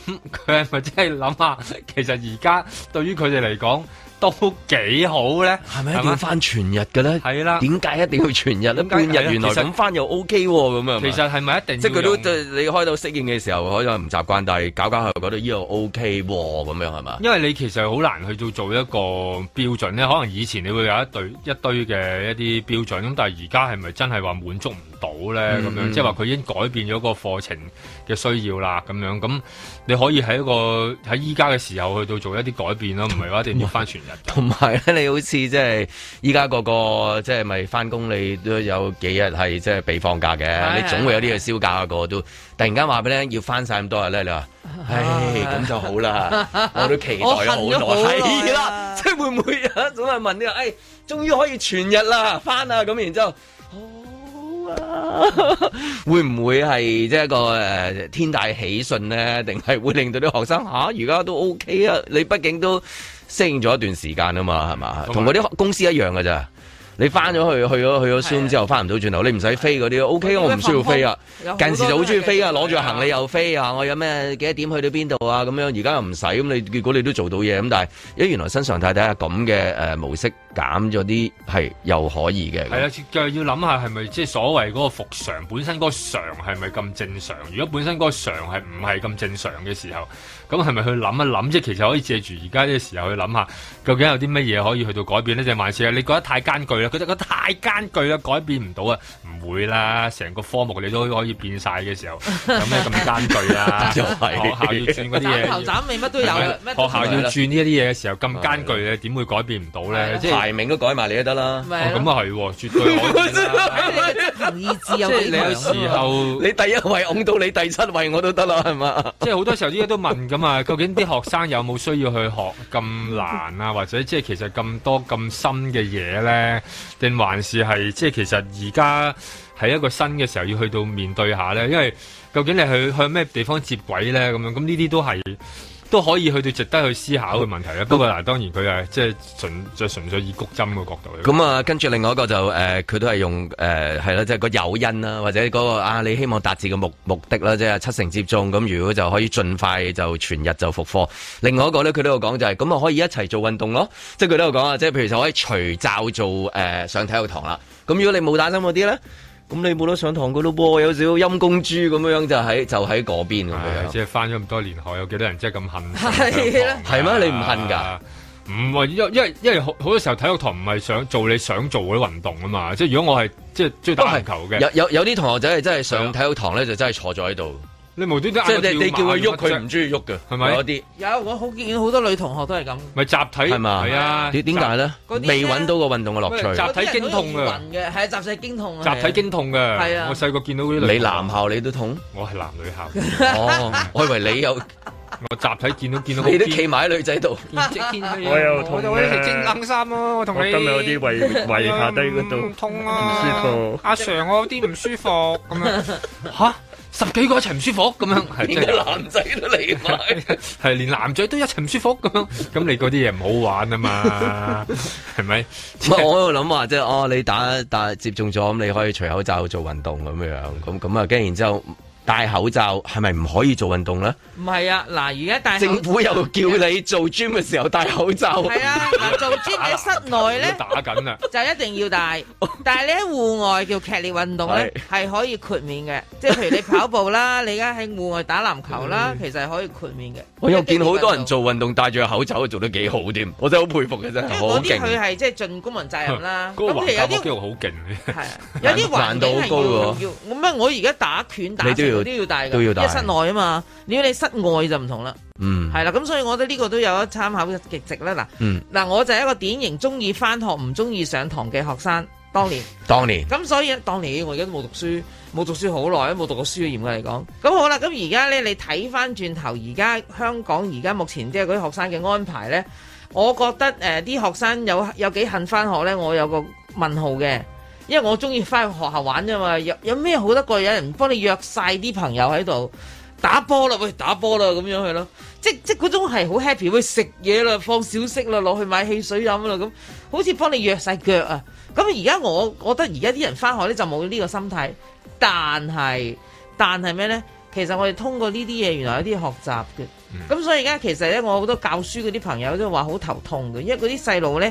Speaker 3: 佢係咪即係諗下，其實而家對於佢哋嚟講都幾好咧？
Speaker 2: 係咪一定要翻全日嘅咧？
Speaker 3: 係啦，
Speaker 2: 點啊解一定要全日咧？
Speaker 3: 點解
Speaker 2: 半日
Speaker 3: 係啊
Speaker 2: 原來
Speaker 3: 其實
Speaker 2: 咁翻又 O K 喎，咁啊樣係咪
Speaker 3: 其實係咪一定
Speaker 2: 即係佢都
Speaker 3: 要用
Speaker 2: 對你開到適應嘅時候，可能唔習慣，但係搞搞下又覺得呢度 O K 喎，咁樣係嘛？
Speaker 3: 因為你其實好難去到做一個標準咧，可能以前你會有一對一堆嘅一啲標準，咁但係而家係咪真係話滿足唔到咧？咁、樣即係話佢已經改變咗個課程嘅需要啦，咁樣咁你可以喺一個喺依家嘅時候去到做一啲改變咯，唔係話一定要翻全日㗎。
Speaker 2: 同埋咧，你好似即係依家個個即係咪翻工，你都有幾日係即係被放假嘅，
Speaker 4: 係
Speaker 2: 你總會有啲嘢燒假個個都。突然間話俾你聽要翻晒咁多日咧，你話唉咁就好 啦，我都期待
Speaker 4: 啊我恨咗好
Speaker 2: 好耐，
Speaker 4: 耐啊啦
Speaker 2: 係啦，即係會唔會有 一種係問你話，唉，終於可以全日啦，翻啦咁，然之後。啊 會唔會係即係一個誒、呃天大喜訊咧？定係會令到啲學生吓啊而家都 OK 啊？你畢竟都適應咗一段時間啊嘛，係嘛？同
Speaker 3: 同
Speaker 2: 嗰
Speaker 3: 埋
Speaker 2: 啲公司一樣㗎咋。你翻咗去，去咗去咗 Zoom 之後，翻唔到轉頭，你唔使飛嗰啲，OK，我唔需要飛啊。
Speaker 4: 有好多
Speaker 2: 近時就好中意飛啊，
Speaker 4: 都係嘅
Speaker 2: 攞住行李又飛啊，我有咩幾多點去到邊度啊咁樣。而家又唔使咁，你結果你都做到嘢咁，但係咦原來新常態底下咁嘅誒模式減咗啲係又可以嘅。
Speaker 3: 係啊，就要諗下係咪即係所謂嗰個復常本身嗰個常係咪咁正常？如果本身嗰個常係唔係咁正常嘅時候，咁係咪去諗一諗？即係其實可以借住而家呢個時候去諗下，究竟有啲乜嘢可以去到改變呢？就還是係你覺得太艱巨啦？覺得覺得太艱巨啦，改變唔到啊？唔會啦，成個科目你都可以變晒嘅時候，有咩咁艱巨 啊？
Speaker 2: 就係
Speaker 3: 學校要轉嗰啲
Speaker 4: 斬
Speaker 3: 嘢
Speaker 4: 頭。斬尾乜都有
Speaker 3: 係咪
Speaker 4: 啦，乜都
Speaker 3: 學校要轉呢一啲嘢嘅時候咁艱巨咧，點會改變唔到
Speaker 4: 啊
Speaker 3: 咧？即係
Speaker 2: 排名都改埋你都得 啦。
Speaker 4: 咪
Speaker 3: 哦
Speaker 4: 係
Speaker 3: 咁
Speaker 4: 咯哎
Speaker 3: 啊係喎，絕對可 以啦。
Speaker 4: 同意志 有
Speaker 3: 即係
Speaker 4: 幾
Speaker 3: 你有
Speaker 4: 強啊
Speaker 3: 時候，
Speaker 2: 你第一位拱到你第七位我都得啦，係嘛？
Speaker 3: 即係好多時候依家都問咁啊， 究竟啲學生有冇需要去學咁難啊，或者即係其實咁多咁深嘅嘢咧，定還是係即係其實而家喺一個新嘅時候要去到面對下咧，因為究竟你去向咩地方接軌咧咁樣，咁呢啲都係。都可以去到值得去思考嘅問題咧。不過嗱，當然佢係即係純就純粹以谷針嘅角度去。
Speaker 2: 咁啊，跟住另外一個就誒，呃佢、都係用誒係啦，即係個誘因啦，或者嗰、個啊，你希望達至嘅目目的啦，即係七成接種。咁如果就可以盡快就全日就復課。另外一個咧，佢都有講就係咁啊，可以一齊做運動咯。即係佢都有講啊，即係譬如就可以除罩做誒、呃上體育堂啦。咁如果你冇打針嗰啲咧？咁你冇得上堂噶咯喎，有少少陰公豬咁樣就喺就喺嗰邊咁樣。
Speaker 3: 係啊即係翻咗咁多年學，有幾多人真係咁恨？
Speaker 4: 啊 係啦
Speaker 2: 係咩你唔恨㗎
Speaker 3: 啊？唔係，因因為因為好好多時候體育堂唔係想做你想做嗰啲運動啊嘛。即係如果我係即係中意打籃球
Speaker 2: 有
Speaker 3: 嘅，
Speaker 2: 有有啲同學仔係真係
Speaker 3: 係啊
Speaker 2: 上體育堂咧，就真係坐咗喺度，
Speaker 3: 你無端端
Speaker 2: 即
Speaker 3: 嗌我
Speaker 2: 係你你叫
Speaker 3: 跳馬
Speaker 2: 佢喐，
Speaker 3: 乜啫
Speaker 2: 佢唔中意喐嘅，
Speaker 3: 係咪
Speaker 2: 有啲
Speaker 4: 有我好見好多女同學都係咁，
Speaker 3: 咪集體
Speaker 2: 係嘛？
Speaker 3: 係啊，
Speaker 2: 點點解咧？
Speaker 4: 嗰啲呢
Speaker 2: 未揾到個運動嘅樂
Speaker 3: 喂
Speaker 2: 趣。
Speaker 3: 集體經痛
Speaker 4: 有啲人好
Speaker 3: 啊
Speaker 4: 容易暈嘅，係啊集體經痛啊，
Speaker 3: 集體經痛嘅。
Speaker 4: 係啊
Speaker 3: 我細個見到嗰啲女
Speaker 2: 你男啊校你都痛？
Speaker 3: 我係男女校，
Speaker 2: 哦，我以為你有，
Speaker 3: 我集體見到 見到好
Speaker 2: 你都
Speaker 3: 堅
Speaker 2: 企埋喺女仔度。
Speaker 12: 我又痛
Speaker 3: 我哋一
Speaker 12: 嘅
Speaker 3: 齊蒸冷衫咯，我同
Speaker 12: 我
Speaker 3: 你
Speaker 12: 今日有啲胃胃下低嗰
Speaker 3: 嗯
Speaker 12: 度
Speaker 3: 痛
Speaker 12: 唔
Speaker 3: 啊，
Speaker 12: 舒服
Speaker 3: 阿 Sir，我有啲唔舒服咁樣。 吓，十幾個一齊唔舒服咁樣，係真係
Speaker 2: 男仔都嚟埋？
Speaker 3: 係連男仔都一齊唔舒服咁樣。咁你嗰啲嘢唔好玩啊 嘛，係咪？
Speaker 2: 唔係我喺度諗話即係哦，你打打接種咗，咁你可以除口罩做運動咁樣，咁咁啊，跟住然之後戴口罩係咪唔可以做運動咧？
Speaker 4: 唔係啊，嗱而家大
Speaker 2: 政府又叫你做 gym 嘅時候戴口罩，
Speaker 4: 係啊，嗱做專喺室內咧。
Speaker 3: 打緊啦，
Speaker 4: 就一定 要戴，但係你喺戶外叫劇烈運動咧，係可以豁免嘅，即係譬如你跑步啦， 你而家喺戶外打籃球啦，其實係可以豁免嘅。
Speaker 2: 我又見好多人做運動戴住個口罩做得幾好添，我真係哦好佩服嘅真係，
Speaker 4: 因為
Speaker 2: 好
Speaker 4: 嗰啲
Speaker 2: 勁啊
Speaker 4: 佢。係即係盡公民責 任啦。
Speaker 3: 嗰個
Speaker 4: 咁
Speaker 3: 橫
Speaker 4: 其實有
Speaker 3: 膈肌
Speaker 4: 啲
Speaker 3: 肉好勁。
Speaker 4: 係啊有啲環
Speaker 2: 難度
Speaker 4: 境
Speaker 2: 好
Speaker 4: 係
Speaker 2: 高
Speaker 4: 要
Speaker 2: 喎
Speaker 4: 要，我咩？我而家打拳打
Speaker 2: 你都要
Speaker 4: 成都要戴㗎，
Speaker 2: 都要戴
Speaker 4: 因為室內啊嘛。如果你室外就唔同啦，
Speaker 2: 嗯，
Speaker 4: 係啦。咁所以我覺得呢個都有得參考嘅極值啦。嗱
Speaker 2: 嗯，
Speaker 4: 嗱，我就係一個典型中意翻學唔中意上堂嘅學生，當年。
Speaker 2: 當年
Speaker 4: 咁所以當年我而家都冇讀書，冇讀書好耐，都冇讀過書嘅嚴格嚟講。咁好啦，咁而家呢，你睇翻轉頭，而家香港而家目前即係嗰啲學生嘅安排呢，我覺得誒啲、學生有有幾恨翻學呢？我有個問號嘅，因為我中意翻去學校玩啫嘛，有有咩好得過有人幫你約晒啲朋友喺度打波啦，喂打波啦咁樣去咯，即即嗰種係好 happy，喂食嘢啦，放小息啦，落去買汽水飲啦咁，好似幫你約晒腳啊！咁而家我我覺得而家啲人翻學咧就冇呢個心態，但係但係咩呢？其實我哋通過呢啲嘢，原來有啲學習嘅。
Speaker 3: 嗯
Speaker 4: 咁、所以而家其實咧，我好多教書嗰啲朋友都話好頭痛嘅，因為嗰啲細路呢，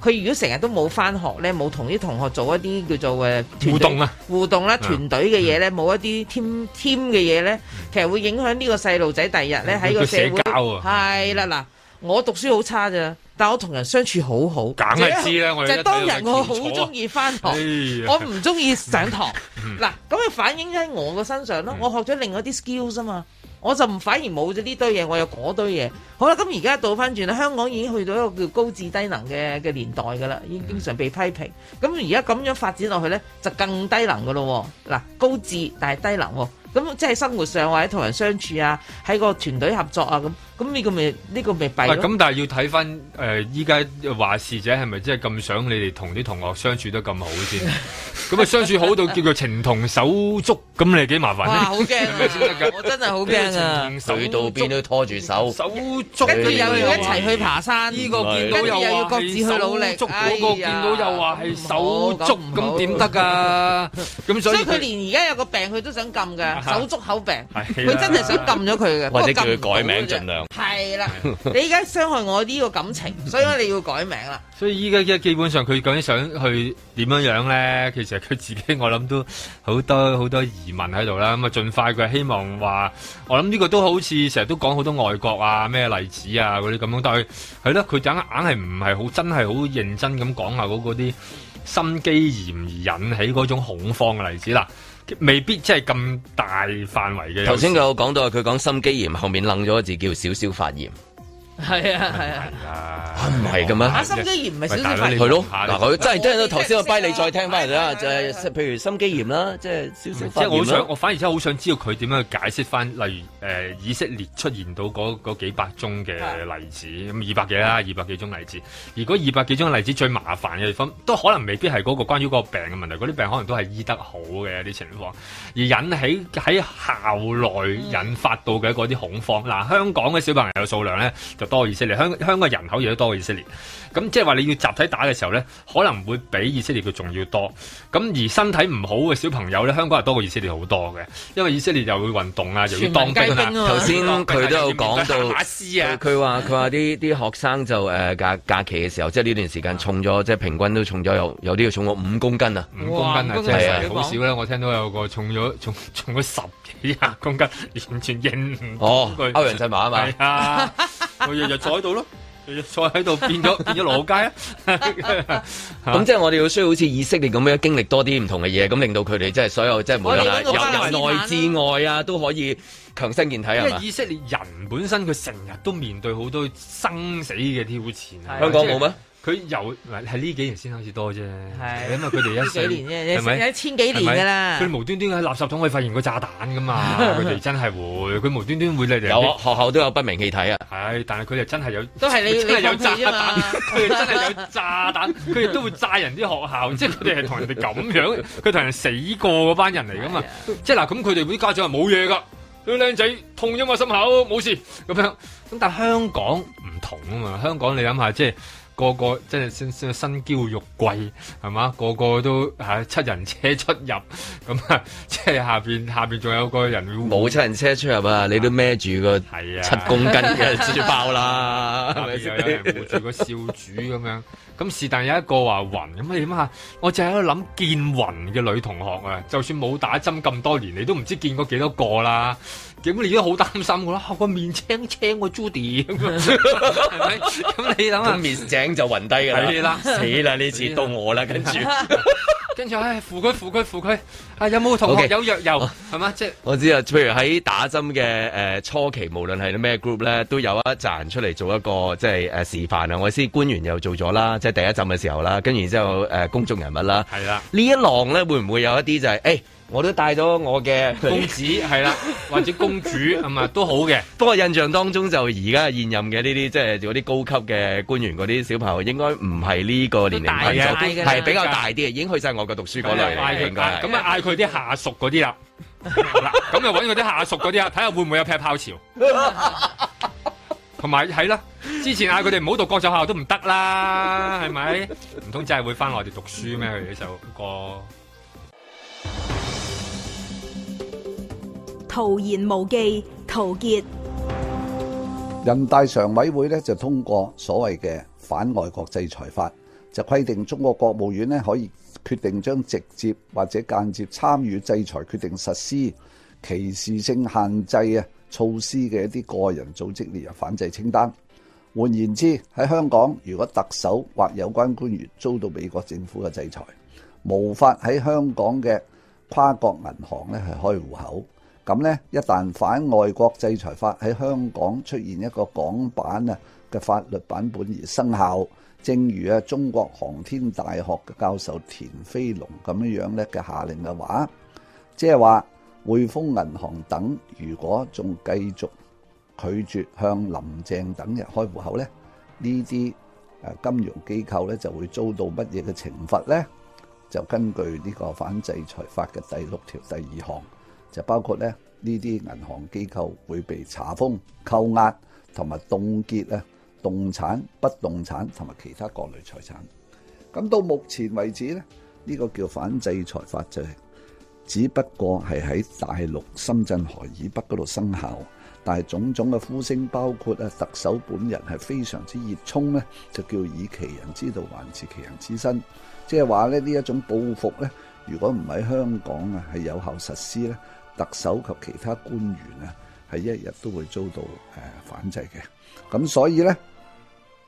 Speaker 4: 佢如果成日都冇翻學呢，冇同啲同學做一啲叫做誒團隊
Speaker 3: 互動啊嗯
Speaker 4: 互動啦、團隊嘅嘢呢，冇一啲 team team 嘅嘢呢，其實會影響呢個細路仔第二日呢喺個社會
Speaker 3: 嗯佢社交啊
Speaker 4: 係啦嗱，我讀書好差咋，但我同人相處好好，
Speaker 3: 梗係知啦我哋
Speaker 4: 就係當
Speaker 3: 一睇
Speaker 4: 日
Speaker 3: 就
Speaker 4: 我好
Speaker 3: 清楚
Speaker 4: 中意翻學。
Speaker 3: 哎
Speaker 4: 我
Speaker 3: 呀
Speaker 4: 唔中意上堂。
Speaker 3: 嗯
Speaker 4: 嗱，咁佢反映喺我個身上咯，我學咗另外啲 skills 啊嘛，我就唔反而冇咗呢堆嘢，我有嗰堆嘢。好啦，咁而家倒翻轉啦，香港已經去到一個叫高智低能嘅嘅年代㗎啦，已經
Speaker 3: 嗯
Speaker 4: 經常被批評。咁而家咁樣發展落去呢，就更低能㗎咯喎。嗱，高智但係低能喎。咁即係生活上或者同人相處啊，喺個團隊合作啊，咁咁呢個咪呢、個咪弊
Speaker 3: 喂
Speaker 4: 咯。
Speaker 3: 咁但係要睇翻誒，依家話事者係咪真係咁想你哋同啲同學相處得咁好先？ 咁啊相處好到叫做情同手足，咁你幾麻煩
Speaker 4: 哇，
Speaker 3: 呢？
Speaker 4: 好驚啊！我真係好驚啊！
Speaker 3: 情同
Speaker 2: 去
Speaker 3: 手
Speaker 2: 到邊都拖住手，
Speaker 3: 手足啊
Speaker 4: 跟住
Speaker 2: 佢
Speaker 4: 又要一齊去爬山，
Speaker 3: 呢個見到
Speaker 4: 跟
Speaker 3: 又
Speaker 4: 住又要
Speaker 3: 話
Speaker 4: 各自去努力
Speaker 3: 啊係手足，
Speaker 4: 哎
Speaker 3: 嗰個見
Speaker 4: 呀
Speaker 3: 到又話係手
Speaker 4: 咁
Speaker 3: 足
Speaker 4: 唔，好
Speaker 3: 咁點得？㗎？咁
Speaker 4: 所
Speaker 3: 所
Speaker 4: 以
Speaker 3: 以
Speaker 4: 佢連而家有個病，佢都想禁嘅，手足口病，
Speaker 3: 係啦
Speaker 4: 佢真係想禁咗佢 嘅，
Speaker 2: 或者叫佢改
Speaker 4: 不過禁唔到
Speaker 2: 名
Speaker 4: 嘅啫
Speaker 2: 盡量。
Speaker 4: 係啦，你而家傷害我呢個感情，所以我哋要改名啦。
Speaker 3: 所以依家嘅基本上佢究竟想去點樣樣咧？其實佢自己我諗都好多 好多疑問喺度啦。咁啊，盡快佢希望話，我諗呢個都好似成日都講好多外國啊咩例子啊嗰啲咁樣，但係係咯，佢硬硬係唔係好真係好認真咁講下嗰嗰啲心肌炎而引啊起嗰種恐慌嘅例子啦。未必即係咁大範圍嘅。啊
Speaker 2: 頭先佢有講到，佢講心肌炎後面楞咗個字叫少少發炎，
Speaker 4: 係啊係啊，
Speaker 3: 啊，
Speaker 2: 唔係嘅咩？
Speaker 4: 啊心肌炎唔係
Speaker 3: 喂
Speaker 4: 少
Speaker 3: 大
Speaker 4: 少
Speaker 3: 佬
Speaker 4: 發
Speaker 3: 你
Speaker 2: 係咯，
Speaker 3: 下
Speaker 2: 嗱佢
Speaker 3: 你
Speaker 2: 真係真係
Speaker 4: 我哋
Speaker 2: 頭先個
Speaker 4: 真係
Speaker 2: by 你再聽翻嚟啦，
Speaker 4: 識啊
Speaker 2: 就係譬如心肌炎啦，即係少少
Speaker 3: 嗯即
Speaker 2: 發
Speaker 3: 係我好
Speaker 2: 炎啦
Speaker 3: 想，我反而真係好想知道佢點樣去解釋翻，例如誒、呃以色列出現到嗰嗰幾百宗嘅例子，咁二百幾啦，二百幾宗例子。而嗰二百幾宗例子最麻煩嘅地方，都可能未必係嗰個關於嗰個病嘅問題，嗰啲病可能都係醫得好嘅一啲情況，而引起喺校內引發到嘅嗰啲恐慌。嗱、香港嘅小朋友數量咧就多過以色列，香香港人口亦都多過以色列。咁即係話你要集體打嘅時候咧，可能會比以色列佢仲要多。咁而身體唔好嘅小朋友咧，香港係多過以色列好多嘅，因為以色列又會運動啊，又要當兵啊。
Speaker 2: 頭先佢都有講到，
Speaker 3: 馬斯啊
Speaker 2: 佢，佢話佢話啲啲學生就誒假假期嘅時候，即係呢段時
Speaker 3: 啊
Speaker 2: 間重咗，即係平均都重咗有有啲要重咗五公斤啊，
Speaker 3: 五公斤啊，真係好少
Speaker 2: 啦。
Speaker 3: 啦！我聽到有個重咗重重咗十幾廿公斤，完全認唔到
Speaker 2: 哦
Speaker 3: 佢
Speaker 2: 歐陽震華啊嘛
Speaker 3: 係啊，佢日日坐喺度咯，日日坐喺度變咗變咗羅街啊！
Speaker 2: 咁即係我哋要需要好似以色列咁樣經歷多啲唔同嘅嘢，咁令到佢哋即係所有即係無
Speaker 3: 我哋
Speaker 2: 論
Speaker 3: 嗰個巴勒斯坦
Speaker 2: 由
Speaker 3: 啊
Speaker 2: 由內至外啊，都可以強身健體
Speaker 3: 因
Speaker 2: 係
Speaker 3: 為
Speaker 2: 嘛？
Speaker 3: 以色列人本身佢成日都面對好多生死嘅挑戰啊！
Speaker 2: 香港冇咩？
Speaker 3: 佢由嗱係呢幾年先開始多啫，
Speaker 4: 係
Speaker 3: 因為佢哋一上
Speaker 4: 呢幾年啫有千幾年㗎啦
Speaker 3: 係咪佢哋無端端喺垃圾桶去發現個炸彈噶嘛，佢哋真係會，佢無端端會你哋
Speaker 2: 有啊學校都有不明氣體啊！
Speaker 3: 係，但係佢哋真係有，
Speaker 4: 都係你
Speaker 3: 佢真係有
Speaker 4: 你
Speaker 3: 炸
Speaker 4: 放
Speaker 3: 彈，佢哋
Speaker 4: 屁啫嘛
Speaker 3: 真係有炸彈，佢哋都會炸人啲學校，即係佢哋係同人哋咁樣，佢同人死過嗰班人嚟噶嘛，
Speaker 4: 啊
Speaker 3: 即係嗱，咁佢哋啲家長係冇嘢噶，啲僆仔痛啫嘛心口冇事咁樣，咁但係香港唔同啊嘛，香港你諗下即係。個個即係先先身嬌肉貴係嘛？個個都係七人車出入咁啊！即係下邊下邊仲有個人
Speaker 2: 冇七人車出入啊，你都孭住 個
Speaker 3: 係啊
Speaker 2: 七公斤 嘅書包 啦，係咪
Speaker 3: 啊有人
Speaker 2: 先
Speaker 3: 護？住個少主咁樣，咁是但有一個話暈，咁你諗下，我就喺度諗見暈嘅女同學啊，就算冇打針咁多年，你都唔知見過幾多個啦。咁你都好擔心噶啦，啊個面青青個 Judy 咁樣， 係咪？咁你諗下
Speaker 2: 咁。面井就暈低㗎啊啦，啊
Speaker 3: 係啦
Speaker 2: 死啦！呢次到我啦，跟住。
Speaker 3: 跟住唉，扶佢扶佢扶佢，啊有冇同
Speaker 2: OK
Speaker 3: 學
Speaker 2: 哦
Speaker 3: 有藥油係嘛？即係
Speaker 2: 我知啊，譬如喺打針嘅誒初期，無論係咩 group 咧，都有一陣出嚟做一個即係誒示範啊！我知官員又做咗啦，即係第一陣嘅時候啦，跟住然之後誒公眾人物啦，
Speaker 3: 係啦，
Speaker 2: 呢一浪咧會唔會有一啲就係誒我都帶咗我 嘅
Speaker 3: 公子係啦，或者公主係嘛都好嘅。
Speaker 2: 不過印象當中就而家現任嘅呢啲即係嗰啲高級嘅官員嗰啲小朋友應該唔係呢個年齡
Speaker 3: 都大
Speaker 2: 群
Speaker 3: 嘅
Speaker 2: 組，
Speaker 3: 大嘅
Speaker 2: 係比較大啲嘅，已經去晒外國讀書嗰類嚟嘅
Speaker 3: 啊嗌佢
Speaker 2: 應該係
Speaker 3: 咁啊嗌佢啲下屬嗰 啲啦，嗱咁就揾佢啲下屬嗰啲啊，睇下會唔會有劈炮潮，同埋係啦，之前嗌佢哋唔好讀國際學校都唔得啦，係咪？唔通真係會翻內地讀書咩？佢哋就個
Speaker 13: 徒言無忌，陶傑。
Speaker 14: 人大常委會咧就通過所謂嘅反外國制裁法，就規定中國國務院咧可以決定將直接或者間接參與制裁決定實施歧視性限制啊措施嘅一啲個人組織列入反制清單。換言之，喺香港，如果特首或有關官員遭到美國政府嘅制裁，無法喺香港嘅跨國銀行咧係開戶口。咁咧，一旦反外國制裁法喺香港出現一個港版啊嘅法律版本而生效，正如啊中國航天大學嘅教授田飛龍咁樣樣咧嘅下令嘅話，即係話匯豐銀行等，如果仲繼續拒絕向林鄭等人開戶口咧，呢啲誒金融機構咧就會遭到乜嘢嘅懲罰咧？就根據呢個反制裁法嘅第六條第二項，就包括咧呢啲銀行機構會被查封、扣押同埋凍結啊動產、不動產同埋其他各類財產。咁到目前為止咧，呢、個叫反制裁法就係、只不過係喺大陸深圳河以北嗰度生效，但係種種嘅呼聲，包括啊特首本人係非常之熱衷呢就叫以其人之道還治其人之身，即係話咧呢一種報復呢，如果唔喺香港啊係有效實施呢，特首及其他官員啊係一日都會遭到誒、呃反制嘅，咁所以呢。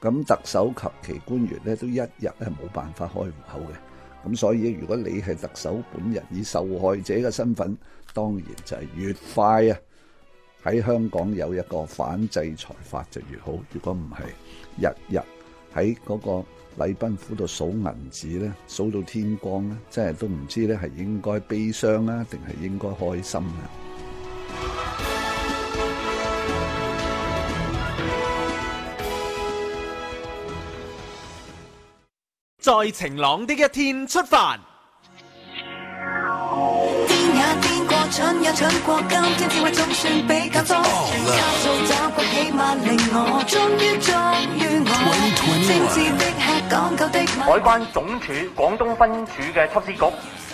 Speaker 14: 咁特首及其官員咧都一日咧冇辦法開戶口嘅。咁所以如果你係特首本人以受害者嘅身份，當然就係越快啊喺香港有一個反制裁法就越好。如果唔係，日日喺嗰個禮賓府度數銀紙咧，數到天光咧，真係都唔知咧係應該悲傷啦，定係應該開心啊！
Speaker 1: 在晴朗的一天出發。
Speaker 6: 天也天光
Speaker 15: 蠢也蠢過，今天智慧總算比較多。加數找個起碼令我終於終於我，政治的吃講究的
Speaker 16: 海關總署廣東分署嘅緝私局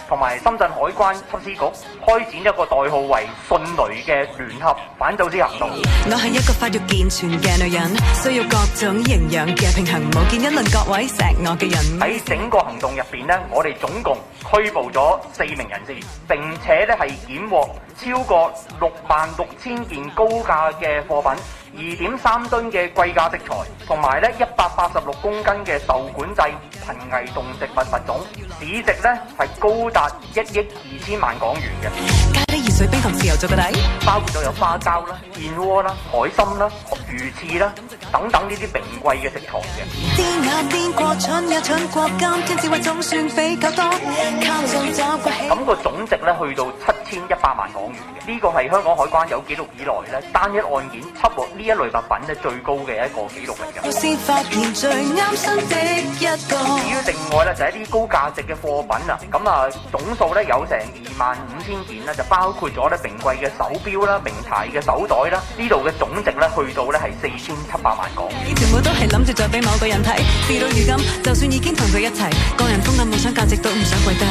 Speaker 16: 同埋深圳海關緝私局開展一個代號為「迅雷」嘅聯合反走私行動。
Speaker 15: 我係一個發育健全嘅女人，需要各種營養嘅平衡，冇見一論各位錫我嘅人。
Speaker 16: 喺整個行動入邊呢，我哋總共拘捕咗四名人士，並且呢係檢獲超過六萬六千件高價嘅貨品，二點三噸嘅貴價食材，同埋呢一百八十六公斤嘅受管制瀕危動植物物種，市值呢係高達一億二千萬港元嘅。
Speaker 15: 加啲熱水冰同豉油做個底，
Speaker 16: 包括咗有花膠啦、燕窩啦、海參啦、魚翅啦等等呢啲名貴嘅食材嘅。
Speaker 15: 癲也癲過，蠢也蠢過，今天智慧總算比較多，靠數找個起。
Speaker 16: 咁個總值咧去到七千一百萬港元嘅，呢個係香港海關有記錄以來咧單一案件緝獲呢一類物品咧最高嘅一個記錄嚟
Speaker 15: 我
Speaker 16: 嘅。
Speaker 15: 先發現最啱身的一個。
Speaker 16: 至於另外咧就係、一啲高價值嘅貨品啊，咁啊總數咧有成二萬五千件咧，就包括咗咧名貴嘅手錶啦、名牌嘅手袋啦，呢度嘅總值咧去到咧係四千七百萬港元。
Speaker 15: 全部都係諗住再俾某個人睇，事到如今，就算已經同佢一齊，個人風格、夢想、價值都唔想跪低。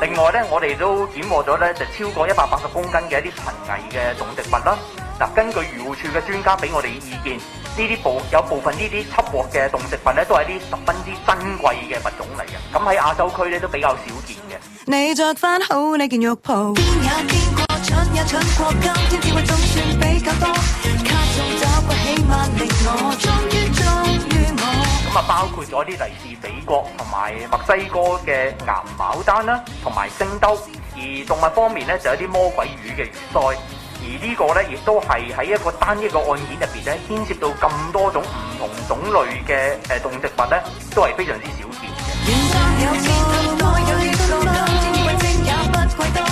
Speaker 16: 另外咧，我哋都檢獲咗咧就超過一百八十公斤嘅一啲瀕危嘅動植物啦。嗱，根據漁護署嘅專家俾我哋意見，呢啲部有部分呢啲緝獲嘅動植物咧，都係啲十分之珍貴嘅物種嚟嘅。咁喺亞洲區咧都比較少見嘅。
Speaker 15: 你着翻好你件肉袍，癲也癲過，蠢也蠢過，今天智慧總算比較多，卡數找個起碼令我終於終於我。
Speaker 16: 咁啊，包括咗啲嚟自美國同埋墨西哥嘅岩牡丹啦，同埋星兜。而動物方面咧，就有啲魔鬼魚嘅魚鰓。而呢個咧，亦都係喺一個單一個案件入邊咧，牽涉到咁多種唔同種類嘅誒動植物咧，都係非常之少見嘅。
Speaker 15: 有錢都多，有氣都多，天以為精也不貴多，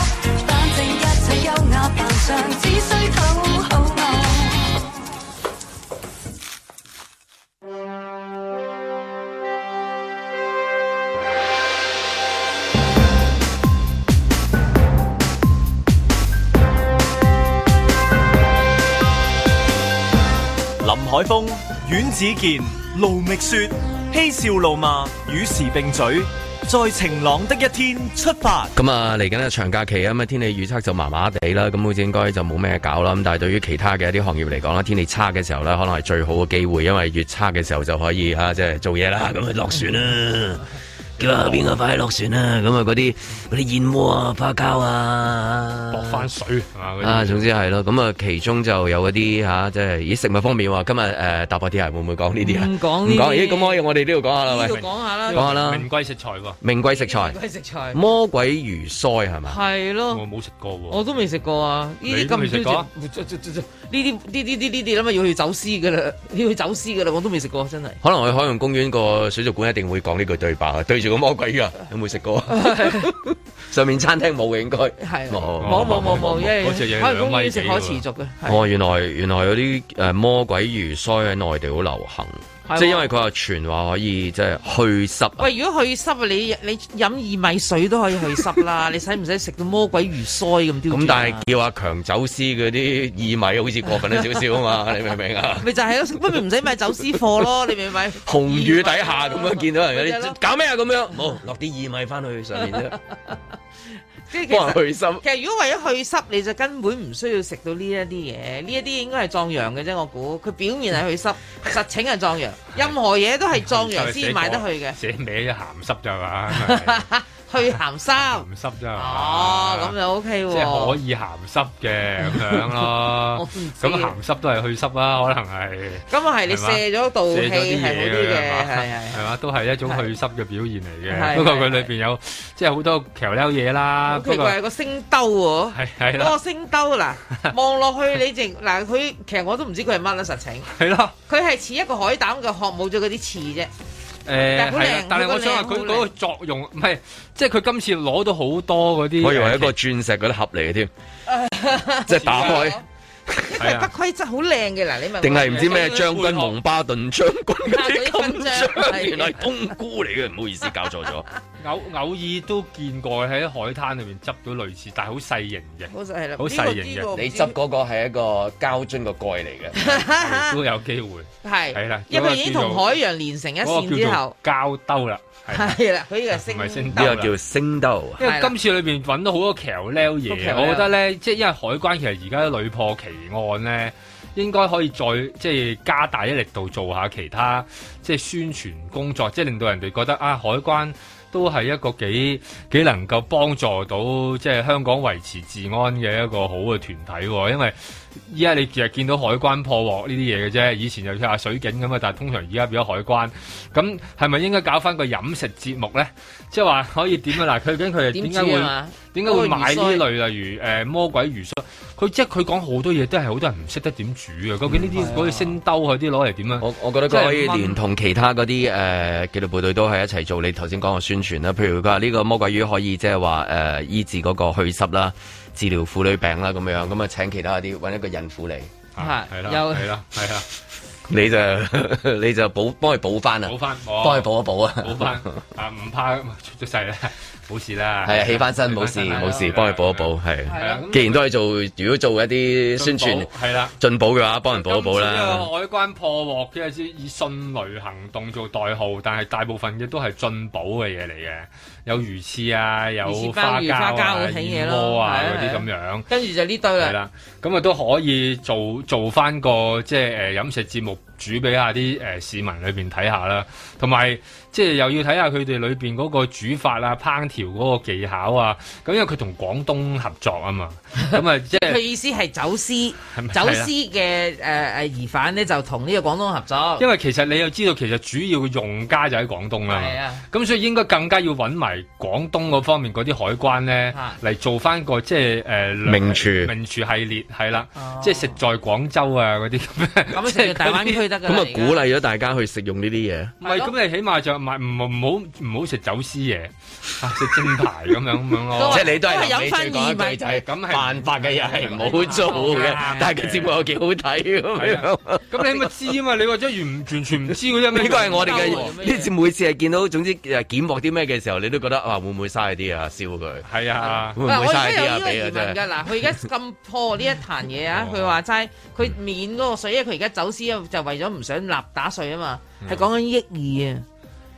Speaker 15: 反正一切優雅扮相，只需討好我。
Speaker 1: 林海峰、阮子健、卢觅雪，嬉笑怒骂，与时并举，在晴朗的一天出发。
Speaker 2: 咁啊，嚟緊咧長假期啊，咁啊天氣預測就麻麻地啦，咁好似應該就冇咩搞啦。咁但係對於其他嘅一啲行業嚟講啦，天氣差嘅時候咧，可能係最好嘅機會，因為越差嘅時候就可以啊，即係做嘢啦，咁啊落船啦，叫下邊個快啲落船啦，咁啊嗰啲嗰啲燕窩啊、花膠啊，
Speaker 7: 落翻水啊嗰啲
Speaker 2: 啊，總之係咯，咁啊，其中就有嗰啲嚇，即係咦食物方面喎，今日誒搭破啲人會唔會講呢啲啊？
Speaker 4: 唔講
Speaker 2: 唔
Speaker 4: 呢啲
Speaker 2: 講，咦咁可以我哋呢度講下啦，
Speaker 4: 呢 度
Speaker 2: 喂，
Speaker 4: 講下啦，
Speaker 2: 講下啦，
Speaker 7: 名貴食材喎，
Speaker 2: 名貴食材，
Speaker 4: 名貴食材
Speaker 2: 魔鬼魚腮係嘛？
Speaker 4: 係咯，
Speaker 7: 我冇食過喎，
Speaker 4: 我都未食過啊！呢啲
Speaker 7: 你都未
Speaker 4: 咁
Speaker 7: 食過啊
Speaker 4: 標準，呢啲呢啲呢啲呢啲諗下要去走私噶啦，要去走私噶啦，我都未食過，真係。
Speaker 2: 可能去海洋公園個水族館一定會講呢句對白啊，對住個魔鬼 㗎，有冇食過？ 上面餐廳冇嘅哦應該，
Speaker 4: 係啊
Speaker 2: 冇
Speaker 4: 冇冇冇冇，因為
Speaker 2: 嗰隻嘢
Speaker 4: 海洋公
Speaker 2: 兩米
Speaker 4: 園
Speaker 2: 幾
Speaker 4: 食
Speaker 2: 喎
Speaker 4: 可持續嘅，係
Speaker 2: 哦，原來原來嗰啲誒魔鬼魚腮喺內地好流行
Speaker 4: 係，喎
Speaker 2: 即係因為佢話傳話可以即係去濕啊。
Speaker 4: 喂，如果去濕啊，你你飲薏米水都可以去濕啦，你使唔使食到魔鬼魚腮咁刁鑽啊？
Speaker 2: 咁但係叫阿強走私嗰啲薏米好似過分咗少少啊 嘛，你明唔明啊？
Speaker 4: 咪就係咯，不如唔使買走私貨咯，你明唔明？
Speaker 2: 紅雨底下咁樣見到人
Speaker 4: 咪就係
Speaker 2: 嗰
Speaker 4: 咯
Speaker 2: 啲搞咩啊咁樣，冇落啲薏米翻去上面啫。幫人去
Speaker 4: 即係其實
Speaker 2: 濕
Speaker 4: 其實如果為咗去濕，你就根本唔需要食到呢一啲嘢，呢一啲應該係壯陽嘅啫。我估佢表面係去 濕，實情係壯陽。任何嘢都係壯陽先買得去嘅，
Speaker 7: 寫歪咗鹹濕咋嘛，
Speaker 4: 去 鹹濕。
Speaker 7: 鹹濕咋嘛。
Speaker 4: 哦，咁就 OK
Speaker 7: 即係可
Speaker 4: 喎。
Speaker 7: 以鹹濕嘅咁樣咯
Speaker 4: 我唔知，
Speaker 7: 咁鹹濕都係去濕啦，可能係。
Speaker 4: 咁啊係你
Speaker 7: 係嘛
Speaker 4: 卸咗道氣
Speaker 7: 卸咗啲
Speaker 4: 係好
Speaker 7: 嘢
Speaker 4: 啲
Speaker 7: 㗎
Speaker 4: 嘅
Speaker 7: 係嘛
Speaker 4: 係係
Speaker 7: 係嘛，都係一種去濕嘅表現嚟
Speaker 4: 係
Speaker 7: 嘅。不過佢裏邊有即係好多橋溜嘢啦，
Speaker 4: 好
Speaker 7: 不
Speaker 4: 奇
Speaker 7: 過
Speaker 4: 怪有個星兜喎，
Speaker 7: 係係
Speaker 4: 嗰個
Speaker 7: 啦，
Speaker 4: 星兜 嗱，望落去你淨嗱佢其實我都唔知佢係乜啦實情，
Speaker 7: 係啦，
Speaker 4: 佢係似一個海膽嘅殼冇咗嗰啲刺啫。
Speaker 7: 誒
Speaker 4: 但係好靚
Speaker 7: 係啦，但係我想話
Speaker 4: 好
Speaker 7: 佢
Speaker 4: 靚好靚
Speaker 7: 嗰個作用唔係，即係佢今次攞到好多嗰啲。
Speaker 2: 我以為係一個鑽石嗰啲盒嚟 嘅添，即係啊打開，係
Speaker 4: 不
Speaker 2: 啊，
Speaker 4: 規則好靚嘅嗱，你問
Speaker 2: 定係唔啊知咩將軍蒙巴頓將軍
Speaker 4: 嗰啲
Speaker 2: 嗰
Speaker 4: 勳
Speaker 2: 啲
Speaker 4: 章
Speaker 2: 啊章，原來係冬菇嚟嘅，唔好意思搞錯咗。
Speaker 3: 偶偶爾都見過喺海灘裏邊執到類似，但係好細型嘅，
Speaker 4: 好細啦
Speaker 3: 好細型嘅。
Speaker 2: 你執嗰個係一個膠樽個蓋嚟嘅，
Speaker 4: 啊
Speaker 3: 都有機會。
Speaker 4: 係
Speaker 3: 係啦，
Speaker 4: 因為已經同海洋連成一線之後，
Speaker 3: 交兜啦，
Speaker 4: 係啦，佢呢個係
Speaker 3: 唔係
Speaker 4: 星
Speaker 3: 星
Speaker 2: 呢
Speaker 3: 兜
Speaker 2: 個
Speaker 3: 啦
Speaker 2: 叫星兜。
Speaker 3: 因為今次裏邊揾到好多橋撩嘢
Speaker 2: 個，橋
Speaker 3: 我覺得咧，即係因為海關其實而家屢破奇案咧，應該可以再即係加大一力度做下其他即係宣傳工作，即係令到人哋覺得啊，海關都係一個幾幾能夠幫助到即係香港維持治安嘅一個好嘅團體喎、因為依家你其實見到海關破獲呢啲嘢嘅啫，以前就下水警咁啊，但係通常而家變咗海關，咁係咪應該搞翻個飲食節目咧？即係話可以點啊？嗱，佢究竟佢哋 點解
Speaker 4: 點知
Speaker 3: 會
Speaker 4: 啊嘛
Speaker 3: 點解會買呢類例如誒、呃魔鬼魚酥？佢即係佢講好多嘢都係好多人唔識得點煮嘅，究竟呢
Speaker 2: 嗯係啊
Speaker 3: 啲嗰啲星兜嗰啲攞嚟點啊？
Speaker 2: 我我覺得佢可以連同其他嗰啲誒紀律部隊都係一齊做你頭先講嘅宣傳啦。譬如佢話呢個魔鬼魚可以即係話誒醫治嗰個去濕啦、治療婦女病啦咁樣，咁啊請其他啲揾一個孕婦嚟，
Speaker 4: 係
Speaker 3: 啊係啦，
Speaker 4: 又
Speaker 3: 係啦，係啦。
Speaker 2: 你 就你就補幫佢補翻啊，
Speaker 3: 補返哦
Speaker 2: 幫佢補一補啊，
Speaker 3: 補翻啊！唔怕出咗世啦，冇事啦。
Speaker 2: 係啊，起翻身
Speaker 3: 起
Speaker 2: 冇
Speaker 3: 返
Speaker 2: 事
Speaker 3: 身啦
Speaker 2: 冇事，幫佢補一補
Speaker 3: 係啊
Speaker 2: 係。
Speaker 3: 咁
Speaker 2: 既然都係做，如果做一啲宣
Speaker 3: 進
Speaker 2: 傳
Speaker 3: 補係啦
Speaker 2: 進補嘅話，幫人補一補
Speaker 3: 今次呢
Speaker 2: 啦。
Speaker 3: 個海關破獲嘅係以迅雷行動做代號，但係大部分嘅都係進補嘅嘢嚟嘅，有魚翅啊，有
Speaker 4: 魚翅包
Speaker 3: 花
Speaker 4: 魚
Speaker 3: 膠
Speaker 4: 花膠
Speaker 3: 啊
Speaker 4: 嗰啲、嘢
Speaker 3: 燕
Speaker 4: 咯
Speaker 3: 窩啊
Speaker 4: 係啊
Speaker 3: 嗰啲
Speaker 4: 係
Speaker 3: 咁樣。
Speaker 4: 跟住就呢堆
Speaker 3: 係
Speaker 4: 啦。
Speaker 3: 啦，咁啊都可以做做翻個即係呃誒飲食節目，煮俾下啲誒、呃市民裏邊睇下啦，同埋即係又要睇下佢哋裏邊嗰個煮法啊、烹調嗰個技巧啊，咁因為佢同廣東合作啊 嘛，咁啊即
Speaker 4: 佢
Speaker 3: 係。
Speaker 4: 意思係走私
Speaker 3: 係咪，
Speaker 4: 走私嘅誒誒疑犯咧就同呢個廣東合作。
Speaker 3: 因為其實你又知道，其實主要嘅用家就喺廣東啦
Speaker 4: 係啊。
Speaker 3: 咁、所以應該更加要揾埋廣東嗰方面嗰啲海關咧
Speaker 4: 啊，
Speaker 3: 嚟做翻個即係誒、呃
Speaker 2: 名廚
Speaker 3: 名廚系列係啦，即係食在廣州啊嗰啲咁樣。
Speaker 4: 哦咁樣食大灣區得㗎啦
Speaker 2: 咁啊
Speaker 4: 而，家
Speaker 2: 鼓勵咗大家去食用呢啲嘢。
Speaker 3: 唔係，咁你起碼就唔係唔唔好唔好食走私嘢， 啊食正牌咁樣咁樣咯。
Speaker 2: 即係你都係臨尾最講一句係
Speaker 3: 咁係
Speaker 2: 犯法嘅嘢係唔好做 嘅，
Speaker 3: 啊
Speaker 2: 但係個節目有幾好睇咁樣。
Speaker 3: 咁你咪知啊嘛？你或者完完全唔知嗰啲 咩？啊
Speaker 2: 呢個係我哋嘅，呢次每次係見到，總之誒檢獲啲咩嘅時候，你都覺得啊會唔會嘥啲啊，燒佢？
Speaker 3: 係啊，
Speaker 2: 會唔
Speaker 4: 喂
Speaker 2: 會
Speaker 4: 我
Speaker 2: 嘥
Speaker 4: 而家
Speaker 2: 啲啊，
Speaker 4: 有呢個
Speaker 2: 俾
Speaker 4: 疑
Speaker 2: 啊
Speaker 4: 問
Speaker 2: 真
Speaker 4: 㗎
Speaker 2: 係。
Speaker 4: 嗱，佢而家咁破呢一壇嘢啊，佢話齋佢免嗰個税，因為佢而家走私啊就為咗唔想立打税啊嘛，係講緊億二啊，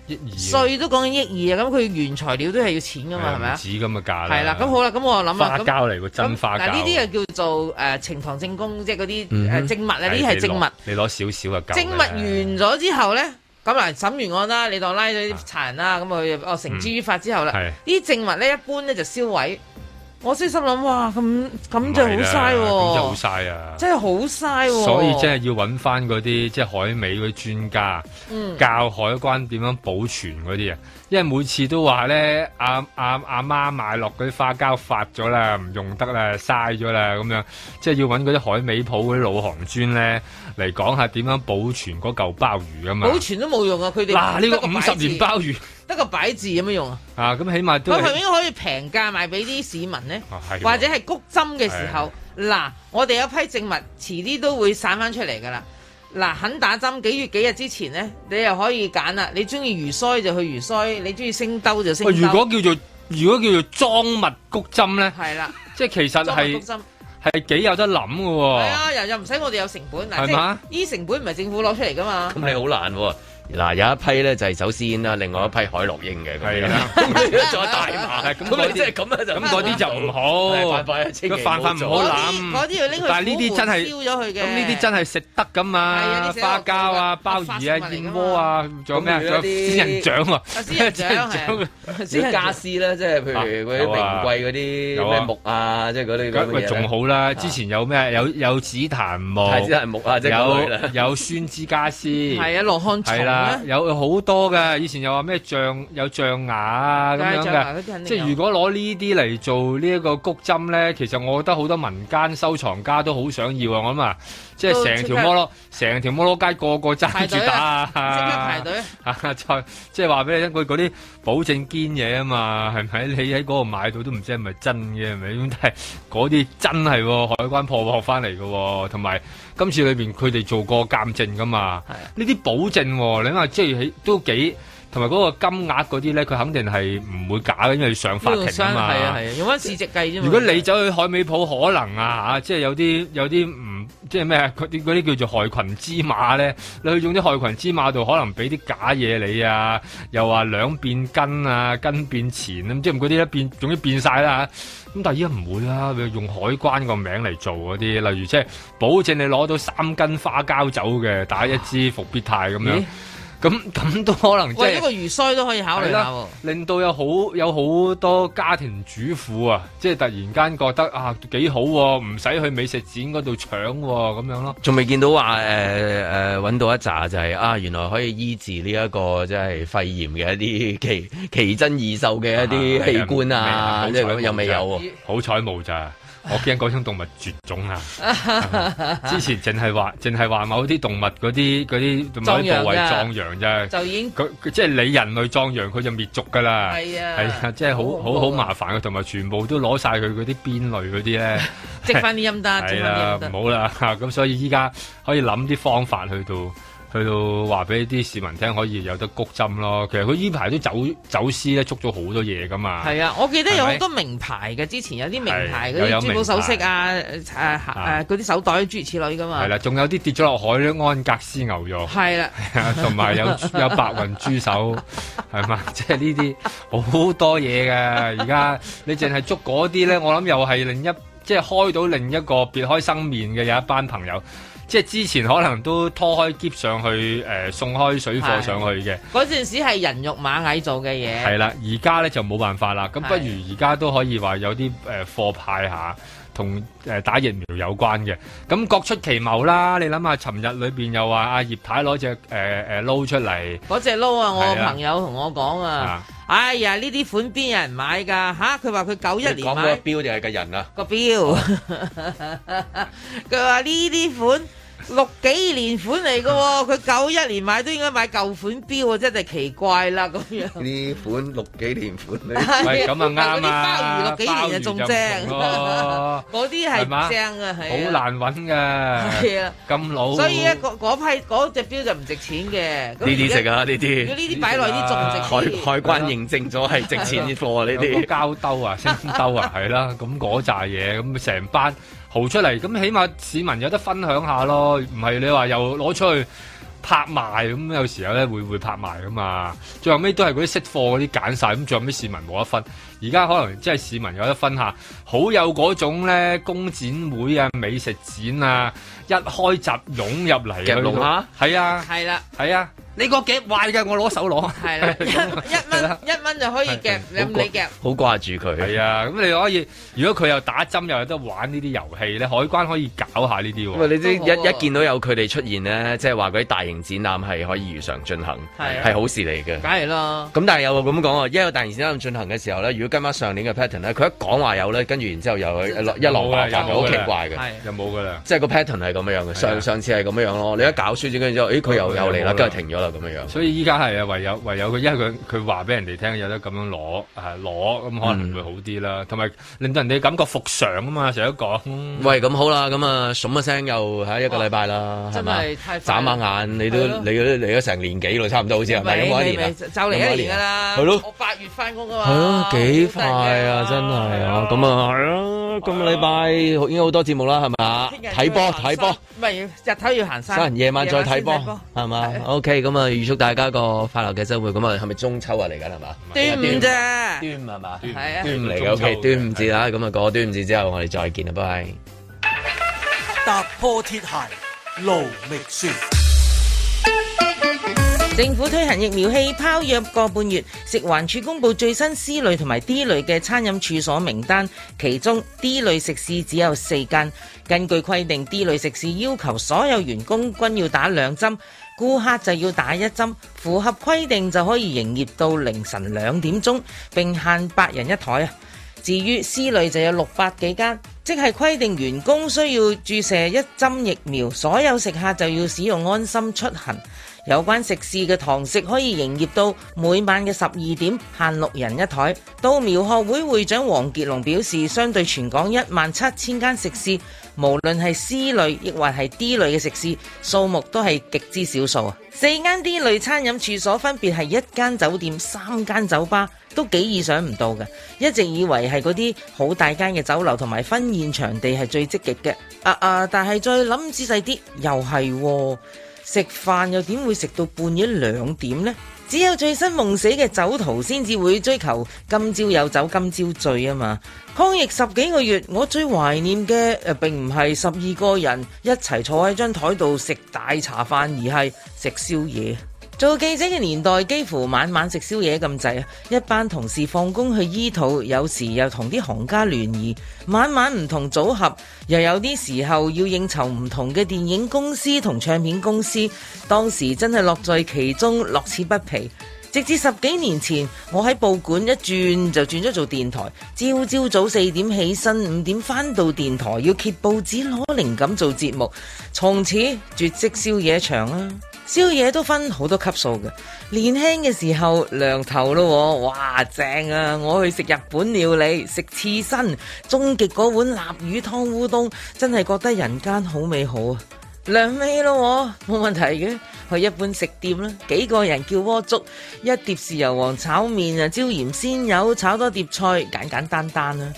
Speaker 3: 億二
Speaker 4: 税都講緊億二啊，咁佢原材料都係要錢㗎嘛，係咪啊？
Speaker 3: 唔止咁嘅價啦。
Speaker 4: 係啦，咁好啦，咁我諗
Speaker 3: 花
Speaker 4: 啊，咁
Speaker 3: 膠嚟喎，真花膠。
Speaker 4: 嗱呢啲就叫做誒呈堂證供，即係嗰啲
Speaker 3: 嗯
Speaker 4: 誒證物啊，呢啲係證物。
Speaker 3: 你攞少少啊，夠
Speaker 4: 證物完咗之後咧，咁嗱審完案啦，你當拉咗啲殘人啦，咁佢哦繩之於法之後啦，
Speaker 3: 啊嗯
Speaker 4: 呢啲證物咧一般咧就銷毀。我先心諗哇，咁咁就好
Speaker 3: 嘥咁就好
Speaker 4: 嘥喎，
Speaker 3: 嘥啊！
Speaker 4: 真係好嘥喎。
Speaker 3: 所以真係要揾翻嗰啲即係海味嗰啲專家，
Speaker 4: 嗯
Speaker 3: 教海關點樣保存嗰啲啊。因為每次都話咧，阿阿阿媽買落嗰啲花膠發咗啦，唔用得啦，嘥咗啦咁樣，即係要揾嗰啲海味鋪嗰啲老行專咧嚟講下點樣保存嗰嚿鮑魚啊嘛。
Speaker 4: 保存都冇用啊！佢哋
Speaker 3: 嗱呢
Speaker 4: 得
Speaker 3: 個五
Speaker 4: 擺
Speaker 3: 十
Speaker 4: 字
Speaker 3: 年鮑魚
Speaker 4: 得個擺字有咩用啊？
Speaker 3: 啊，咁起碼都
Speaker 4: 佢係咪
Speaker 3: 係
Speaker 4: 應該可以平價賣俾啲市民咧
Speaker 3: 啊係？喎
Speaker 4: 或者係谷針嘅時候，嗱，我哋有批證物，遲啲都會散翻出嚟噶啦。嗱，肯打針幾月幾日之前咧，你又可以揀啦。你中意魚腮就去魚腮，你中意星兜就星兜。
Speaker 3: 喂如果叫做如果叫做裝物谷針咧，
Speaker 4: 係 啦，
Speaker 3: 即係其實
Speaker 4: 裝埋谷
Speaker 3: 係
Speaker 4: 針。
Speaker 3: 係幾有得諗嘅喎。
Speaker 4: 係啊，又又唔使我哋有成本，嗱，
Speaker 2: 係
Speaker 4: 即係
Speaker 2: 嘛
Speaker 4: 呢成本唔係政府攞出嚟噶嘛
Speaker 2: 咁。係好難喎。嗱，有一批咧就係走私煙啦，另外一批海洛英嘅。係
Speaker 3: 啦，
Speaker 2: 仲有大麻。
Speaker 3: 啊 咁
Speaker 2: 咁你即係咁啊就
Speaker 3: 咁嗰啲就唔
Speaker 2: 係
Speaker 3: 好，
Speaker 2: 犯法啊千祈唔好
Speaker 3: 佢犯法唔好
Speaker 4: 嗰啲嗰
Speaker 3: 諗。
Speaker 4: 啲要拎去
Speaker 3: 但係呢啲真係
Speaker 4: 燒咗佢嘅。
Speaker 3: 咁呢啲真係食得噶
Speaker 4: 係啊
Speaker 3: 嘛
Speaker 4: 呢啲？寫落
Speaker 3: 花
Speaker 4: 去㗎
Speaker 3: 膠啊、鮑魚啊、燕窩啊，仲有咩啊？
Speaker 2: 咁
Speaker 3: 仲
Speaker 2: 如果
Speaker 3: 有
Speaker 2: 啲
Speaker 3: 仙人掌啊
Speaker 4: 啊仙 人掌係
Speaker 2: 啲家私咧，即係譬如嗰啲
Speaker 3: 啊
Speaker 2: 名貴嗰啲咩木啊，即係嗰啲咁嘅嘢
Speaker 3: 咁咪
Speaker 2: 呢
Speaker 3: 仲好啦！之前有咩？有有紫檀木，
Speaker 2: 係紫檀木啊即係嗰類 啦
Speaker 3: 有有酸枝家私，
Speaker 4: 係啊羅漢松
Speaker 3: 係啦
Speaker 4: 啊，
Speaker 3: 有好多嘅。以前又話咩象有象牙啊咁樣
Speaker 4: 梗係象牙嗰啲
Speaker 3: 嘅，
Speaker 4: 肯定
Speaker 3: 即
Speaker 4: 有
Speaker 3: 係如果攞呢啲嚟做呢一個谷針咧，其實我覺得好多民間收藏家都好想要啊！我諗啊，即
Speaker 4: 都
Speaker 3: 係成條摩羅，成條摩羅街個個
Speaker 4: 排
Speaker 3: 爭住
Speaker 4: 隊
Speaker 3: 打
Speaker 4: 啊
Speaker 3: 啊！
Speaker 4: 即刻排隊啊
Speaker 3: 啊！再即係話俾你聽，佢嗰啲保證堅嘢啊嘛，係咪？你喺嗰度買到都唔知係咪真嘅，係咪？咁但係嗰啲真係喎，海關破獲翻嚟嘅喎，同埋今次裏邊佢哋做過鑑證噶嘛，呢啲保證喎、你諗下即係喺都幾同埋嗰個金額嗰啲咧，佢肯定係唔會假嘅，因為上法庭啊嘛。
Speaker 4: 係啊係啊，用翻市值計啫嘛。
Speaker 3: 如果你走去海美鋪，可能啊嚇，即係有啲有啲唔即係咩啊嗰啲嗰啲叫做害群之馬咧，你去用啲害群之馬度，可能俾啲假嘢你啊，又話兩變根啊，根變錢咁，即係嗰啲咧變，總之變晒啦嚇。咁但係依家唔會啦，佢用海關個名嚟做嗰啲，例如即係保證你攞到三斤花膠酒嘅，打一支伏必泰咁樣
Speaker 4: 咦，
Speaker 3: 咁咁都可能即
Speaker 4: 喂，
Speaker 3: 係
Speaker 4: 呢。個魚鰓都可以考慮
Speaker 3: 係
Speaker 4: 下
Speaker 3: 啦
Speaker 4: 喎。，
Speaker 3: 令到有好有好多家庭主婦啊，即係突然間覺得啊幾好喎、唔使去美食展嗰度搶喎、咁樣咯。
Speaker 2: 仲未見到話誒誒揾到一紮就係、啊，原來可以醫治呢、一個即係肺炎嘅一啲奇奇珍異獸嘅一啲器官啊，即係咁又未有喎。
Speaker 3: 好彩冇咋，我驚嗰種動物絕種 啊！之前淨係話淨係話某啲動物嗰啲嗰啲某
Speaker 4: 壯陽
Speaker 3: 啲部位
Speaker 4: 㗎
Speaker 3: 壯陽啫，
Speaker 4: 就已經
Speaker 3: 佢佢即係你人類壯陽，佢就滅族㗎啦。
Speaker 4: 係啊
Speaker 3: 係啊，即係好好好麻煩嘅，啊同埋全部都攞晒佢嗰啲邊類嗰啲咧，
Speaker 4: 積翻啲陰德，
Speaker 3: 係
Speaker 4: 積翻啲
Speaker 3: 啦
Speaker 4: 陰，德。
Speaker 3: 哎唔好啦， 咁所以依家可以諗啲方法去到去到話俾啲市民聽，可以有得谷針咯。其實佢呢排都走走私咧，捉咗好多嘢噶嘛。
Speaker 4: 係啊，我記得有好多
Speaker 3: 係
Speaker 4: 名牌嘅，之前有啲名牌
Speaker 3: 係
Speaker 4: 嗰
Speaker 3: 又有
Speaker 4: 啲珠寶
Speaker 3: 名
Speaker 4: 首
Speaker 3: 牌
Speaker 4: 飾啊，誒誒誒嗰啲手袋諸如此類噶
Speaker 3: 咪
Speaker 4: 嘛。
Speaker 3: 係啦，仲有啲跌咗落海咧，安格斯牛肉
Speaker 4: 係啦，
Speaker 3: 係啊同埋有有白雲豬手，係嘛？ 即係呢啲好多嘢嘅。而家你淨係捉嗰啲咧，我諗又係另一即係開到另一個別開生面嘅有一班朋友。即係之前可能都拖開篋上去，誒、送開水貨上去嘅，
Speaker 4: 嗰陣時係人肉螞蟻做嘅嘢。
Speaker 3: 係啦，而家咧就冇辦法啦。咁
Speaker 4: 係
Speaker 3: 不如而家都可以話有啲誒、呃、貨派下，同誒、呃打疫苗有關嘅。咁各出其謀啦。你諗下，尋日裏邊又話阿葉太攞只誒誒撈出嚟，
Speaker 4: 嗰只撈啊！我
Speaker 3: 係啊
Speaker 4: 朋友同我講啊
Speaker 3: 啊，
Speaker 4: 哎呀，呢啲款邊有人買㗎吓？佢話佢九一年買
Speaker 2: 標定係個人啊？
Speaker 4: 個錶，佢話呢啲款六幾年款嚟㗎喎，佢九一年買都應該買舊款錶啊，真係奇怪啦咁樣。
Speaker 2: 呢款六幾年款
Speaker 3: 喂 咁啊啱啊！
Speaker 4: 嗰啲鮑魚六幾年就仲正
Speaker 3: 鮑魚就唔同咯
Speaker 4: 嗰啲
Speaker 3: 係嘛
Speaker 4: 係正啊，係
Speaker 3: 好
Speaker 4: 啊
Speaker 3: 難揾 嘅，
Speaker 4: 係啊
Speaker 3: 咁老，
Speaker 4: 所以咧，嗰嗰批嗰隻錶就唔值錢嘅。
Speaker 2: 呢
Speaker 4: 咁
Speaker 2: 啲食啊，呢
Speaker 4: 如
Speaker 2: 啲
Speaker 4: 果呢啲擺耐啲仲
Speaker 2: 海
Speaker 4: 值錢。
Speaker 2: 海關認證咗係值錢啲貨啊呢
Speaker 3: 有
Speaker 2: 啲
Speaker 3: 個。膠兜啊、星兜啊，係 啦，咁嗰扎嘢，咁成班豪出嚟，咁起碼市民有得分享下咯，唔係你話又攞出去拍賣，咁有時候咧會會拍賣噶嘛，最後尾都係嗰啲識貨嗰啲揀晒，咁最後尾市民冇得分，而家可能即係市民有得分下，好有嗰種咧工展會啊、美食展啊，一開閘湧入嚟
Speaker 2: 夾龍蝦，
Speaker 3: 係啊，
Speaker 4: 係啦，
Speaker 3: 係啊，你個夾壞嘅，我攞手攞，
Speaker 4: 係啦，一蚊一蚊就可以夾，任你夾。
Speaker 2: 好掛住佢。
Speaker 3: 係啊，咁你可以，如果佢又打針又有得玩呢啲遊戲咧，海關可以搞下呢啲
Speaker 2: 因為
Speaker 3: 喎。
Speaker 2: 啊你知一一見到有佢哋出現咧，即係話嗰啲大型展覽係可以如常進行，
Speaker 4: 係啊
Speaker 2: 係好事嚟嘅。
Speaker 4: 梗係啦，
Speaker 2: 咁但係有個咁講啊，一有大型展覽進行嘅時候咧，如果跟翻上年嘅 pattern 咧，佢一講話有咧，跟住然之後又一落一浪
Speaker 3: 冇
Speaker 2: 爆
Speaker 3: 啊
Speaker 2: 發，
Speaker 3: 有
Speaker 2: 好
Speaker 3: 冇
Speaker 2: 奇
Speaker 3: 㗎
Speaker 2: 怪嘅。
Speaker 3: 又冇噶啦。
Speaker 2: 即係個 pattern 係咁樣樣嘅，上上次係咁樣樣咯。你一搞書展跟住之後，咦佢又又嚟啦，跟住停咗啦咁樣樣。
Speaker 3: 所以依家係啊，唯有唯有佢，因為佢佢話俾人哋聽有得咁樣攞，啊攞咁可
Speaker 2: 嗯
Speaker 3: 能會好啲啦，同埋令到人哋感覺復常啊嘛，成日都講。
Speaker 2: 喂，咁好啦，咁啊，數一聲又喺一個禮拜啦，
Speaker 4: 哇
Speaker 2: 係嘛
Speaker 4: 真係太快啦
Speaker 2: 眨下眼，你都
Speaker 4: 係咯
Speaker 2: 你都嚟咗成年幾咯，差唔多好似係咪有冇一年啊？
Speaker 4: 就嚟一年㗎啦。
Speaker 2: 係咯
Speaker 4: 我八月翻工㗎
Speaker 2: 啊係咯
Speaker 4: 嘛。，
Speaker 2: 幾快啊！真係啊，咁啊係咯，今個禮拜應該好多節目啦，係嘛？
Speaker 4: 聽日要
Speaker 2: 啊睇波
Speaker 4: 行
Speaker 2: 睇波
Speaker 4: 山，，唔係日頭要行山，
Speaker 2: 三人夜晚再睇
Speaker 4: 先
Speaker 2: 波，係嘛？OK，咁啊，預祝大家個快樂嘅生活。咁啊，係咪中秋啊嚟緊係嘛？
Speaker 4: 端午啫，
Speaker 2: 午係嘛？
Speaker 4: 端係啊，
Speaker 2: 端午嚟嘅，OK，端午節啦。咁啊，過端午節之後，我哋再見啦，拜拜。
Speaker 4: 踏破鐵鞋路未雪。政府推行疫苗氣泡約個半月，食環署公布最新 C 類同埋 D 類嘅餐飲處所名單，其中 D 類食肆只有四間。根據規定，D 類食肆要求所有員工均要打兩針，顧客就要打一針，符合規定就可以營業到凌晨兩點鐘，並限八人一台啊。至於 C 類就有六百幾間，即係規定員工需要注射一針疫苗，所有食客就要使用安心出行。有關食肆嘅堂食可以營業到每晚嘅十二點，限六人一台。稻苗學會會長黃傑龍表示，相對全港一萬七千間食肆，無論係 C 類抑或係 D 類嘅食肆，數目都係極之少數啊！四間 D 類餐飲處所分別係一間酒店、三間酒吧。都幾意想唔到嘅，一直以為係嗰啲好大間嘅酒樓同埋婚宴場地係最積極嘅，啊啊！但係再諗仔細啲，又係喎食飯又點會食到半夜兩點呢？只有醉生夢死嘅酒徒先至會追求今朝有酒今朝醉啊嘛！抗疫十幾個月，我最懷念嘅誒、呃、並唔係十二個人一齊坐喺張台度食大茶飯，而係食宵夜。做記者嘅年代，幾乎晚晚食宵夜咁滯啊！一班同事放工去醫肚，有時又同啲行家聯誼，晚晚唔同組合，又有啲時候要應酬唔同嘅電影公司同唱片公司。當時真係樂在其中，樂此不疲。直至十幾年前，我喺報館一轉就轉咗做電台，朝朝早四點起身，五點返到電台，要揭報紙攞靈感做節目，從此絕跡宵夜場啦、宵夜都分好多級數嘅，年輕嘅時候涼頭咯喎，哇正啊！我去食日本料理，食刺身，終極嗰碗臘魚湯烏冬，真係覺得人間好美好啊！涼尾咯喎，冇問題嘅，去一般食店啦，幾個人叫鍋粥，一碟豉油皇炒麵啊，椒鹽鮮魷炒多碟菜，簡簡單單啦。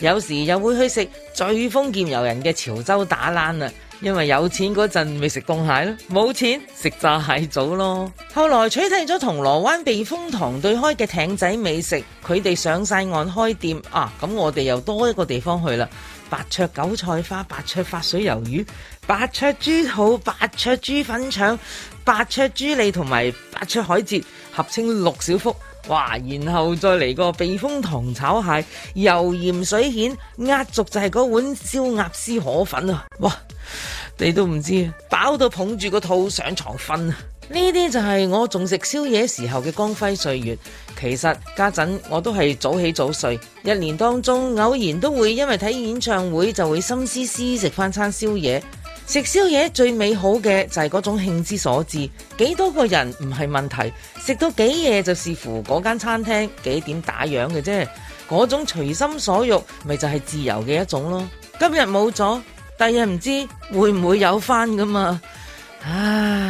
Speaker 4: 有時又會去食最豐儉由人嘅潮州打冷啦。因為有錢嗰陣咪食凍蟹咯，冇錢食炸蟹棗咯。後來取締咗銅鑼灣避風塘對開嘅艇仔美食，佢哋上晒岸開店啊！咁我哋又多一個地方去啦。白灼韭菜花、白灼發水魷魚、白灼豬肚、白灼豬粉腸、白灼豬脷同埋白灼海蜇，合稱六小福。哇！然後再嚟個避風塘炒蟹、油鹽水蜆，壓軸就係嗰碗燒鴨絲河粉啊！哇！你都唔知啊，飽到捧住個肚上床瞓啊！呢啲就係我仲食宵夜時候嘅光輝歲月。其實家陣我都係早起早睡，一年當中偶然都會因為睇演唱會就會心思思食翻餐宵夜。食宵夜最美好嘅就係嗰種興之所至，幾多個人唔係問題，食到幾夜就視乎嗰間餐廳幾點打烊嘅啫。嗰種隨心所欲，咪就係自由嘅一種咯。今日冇咗，第日唔知會唔會有翻噶嘛？唉。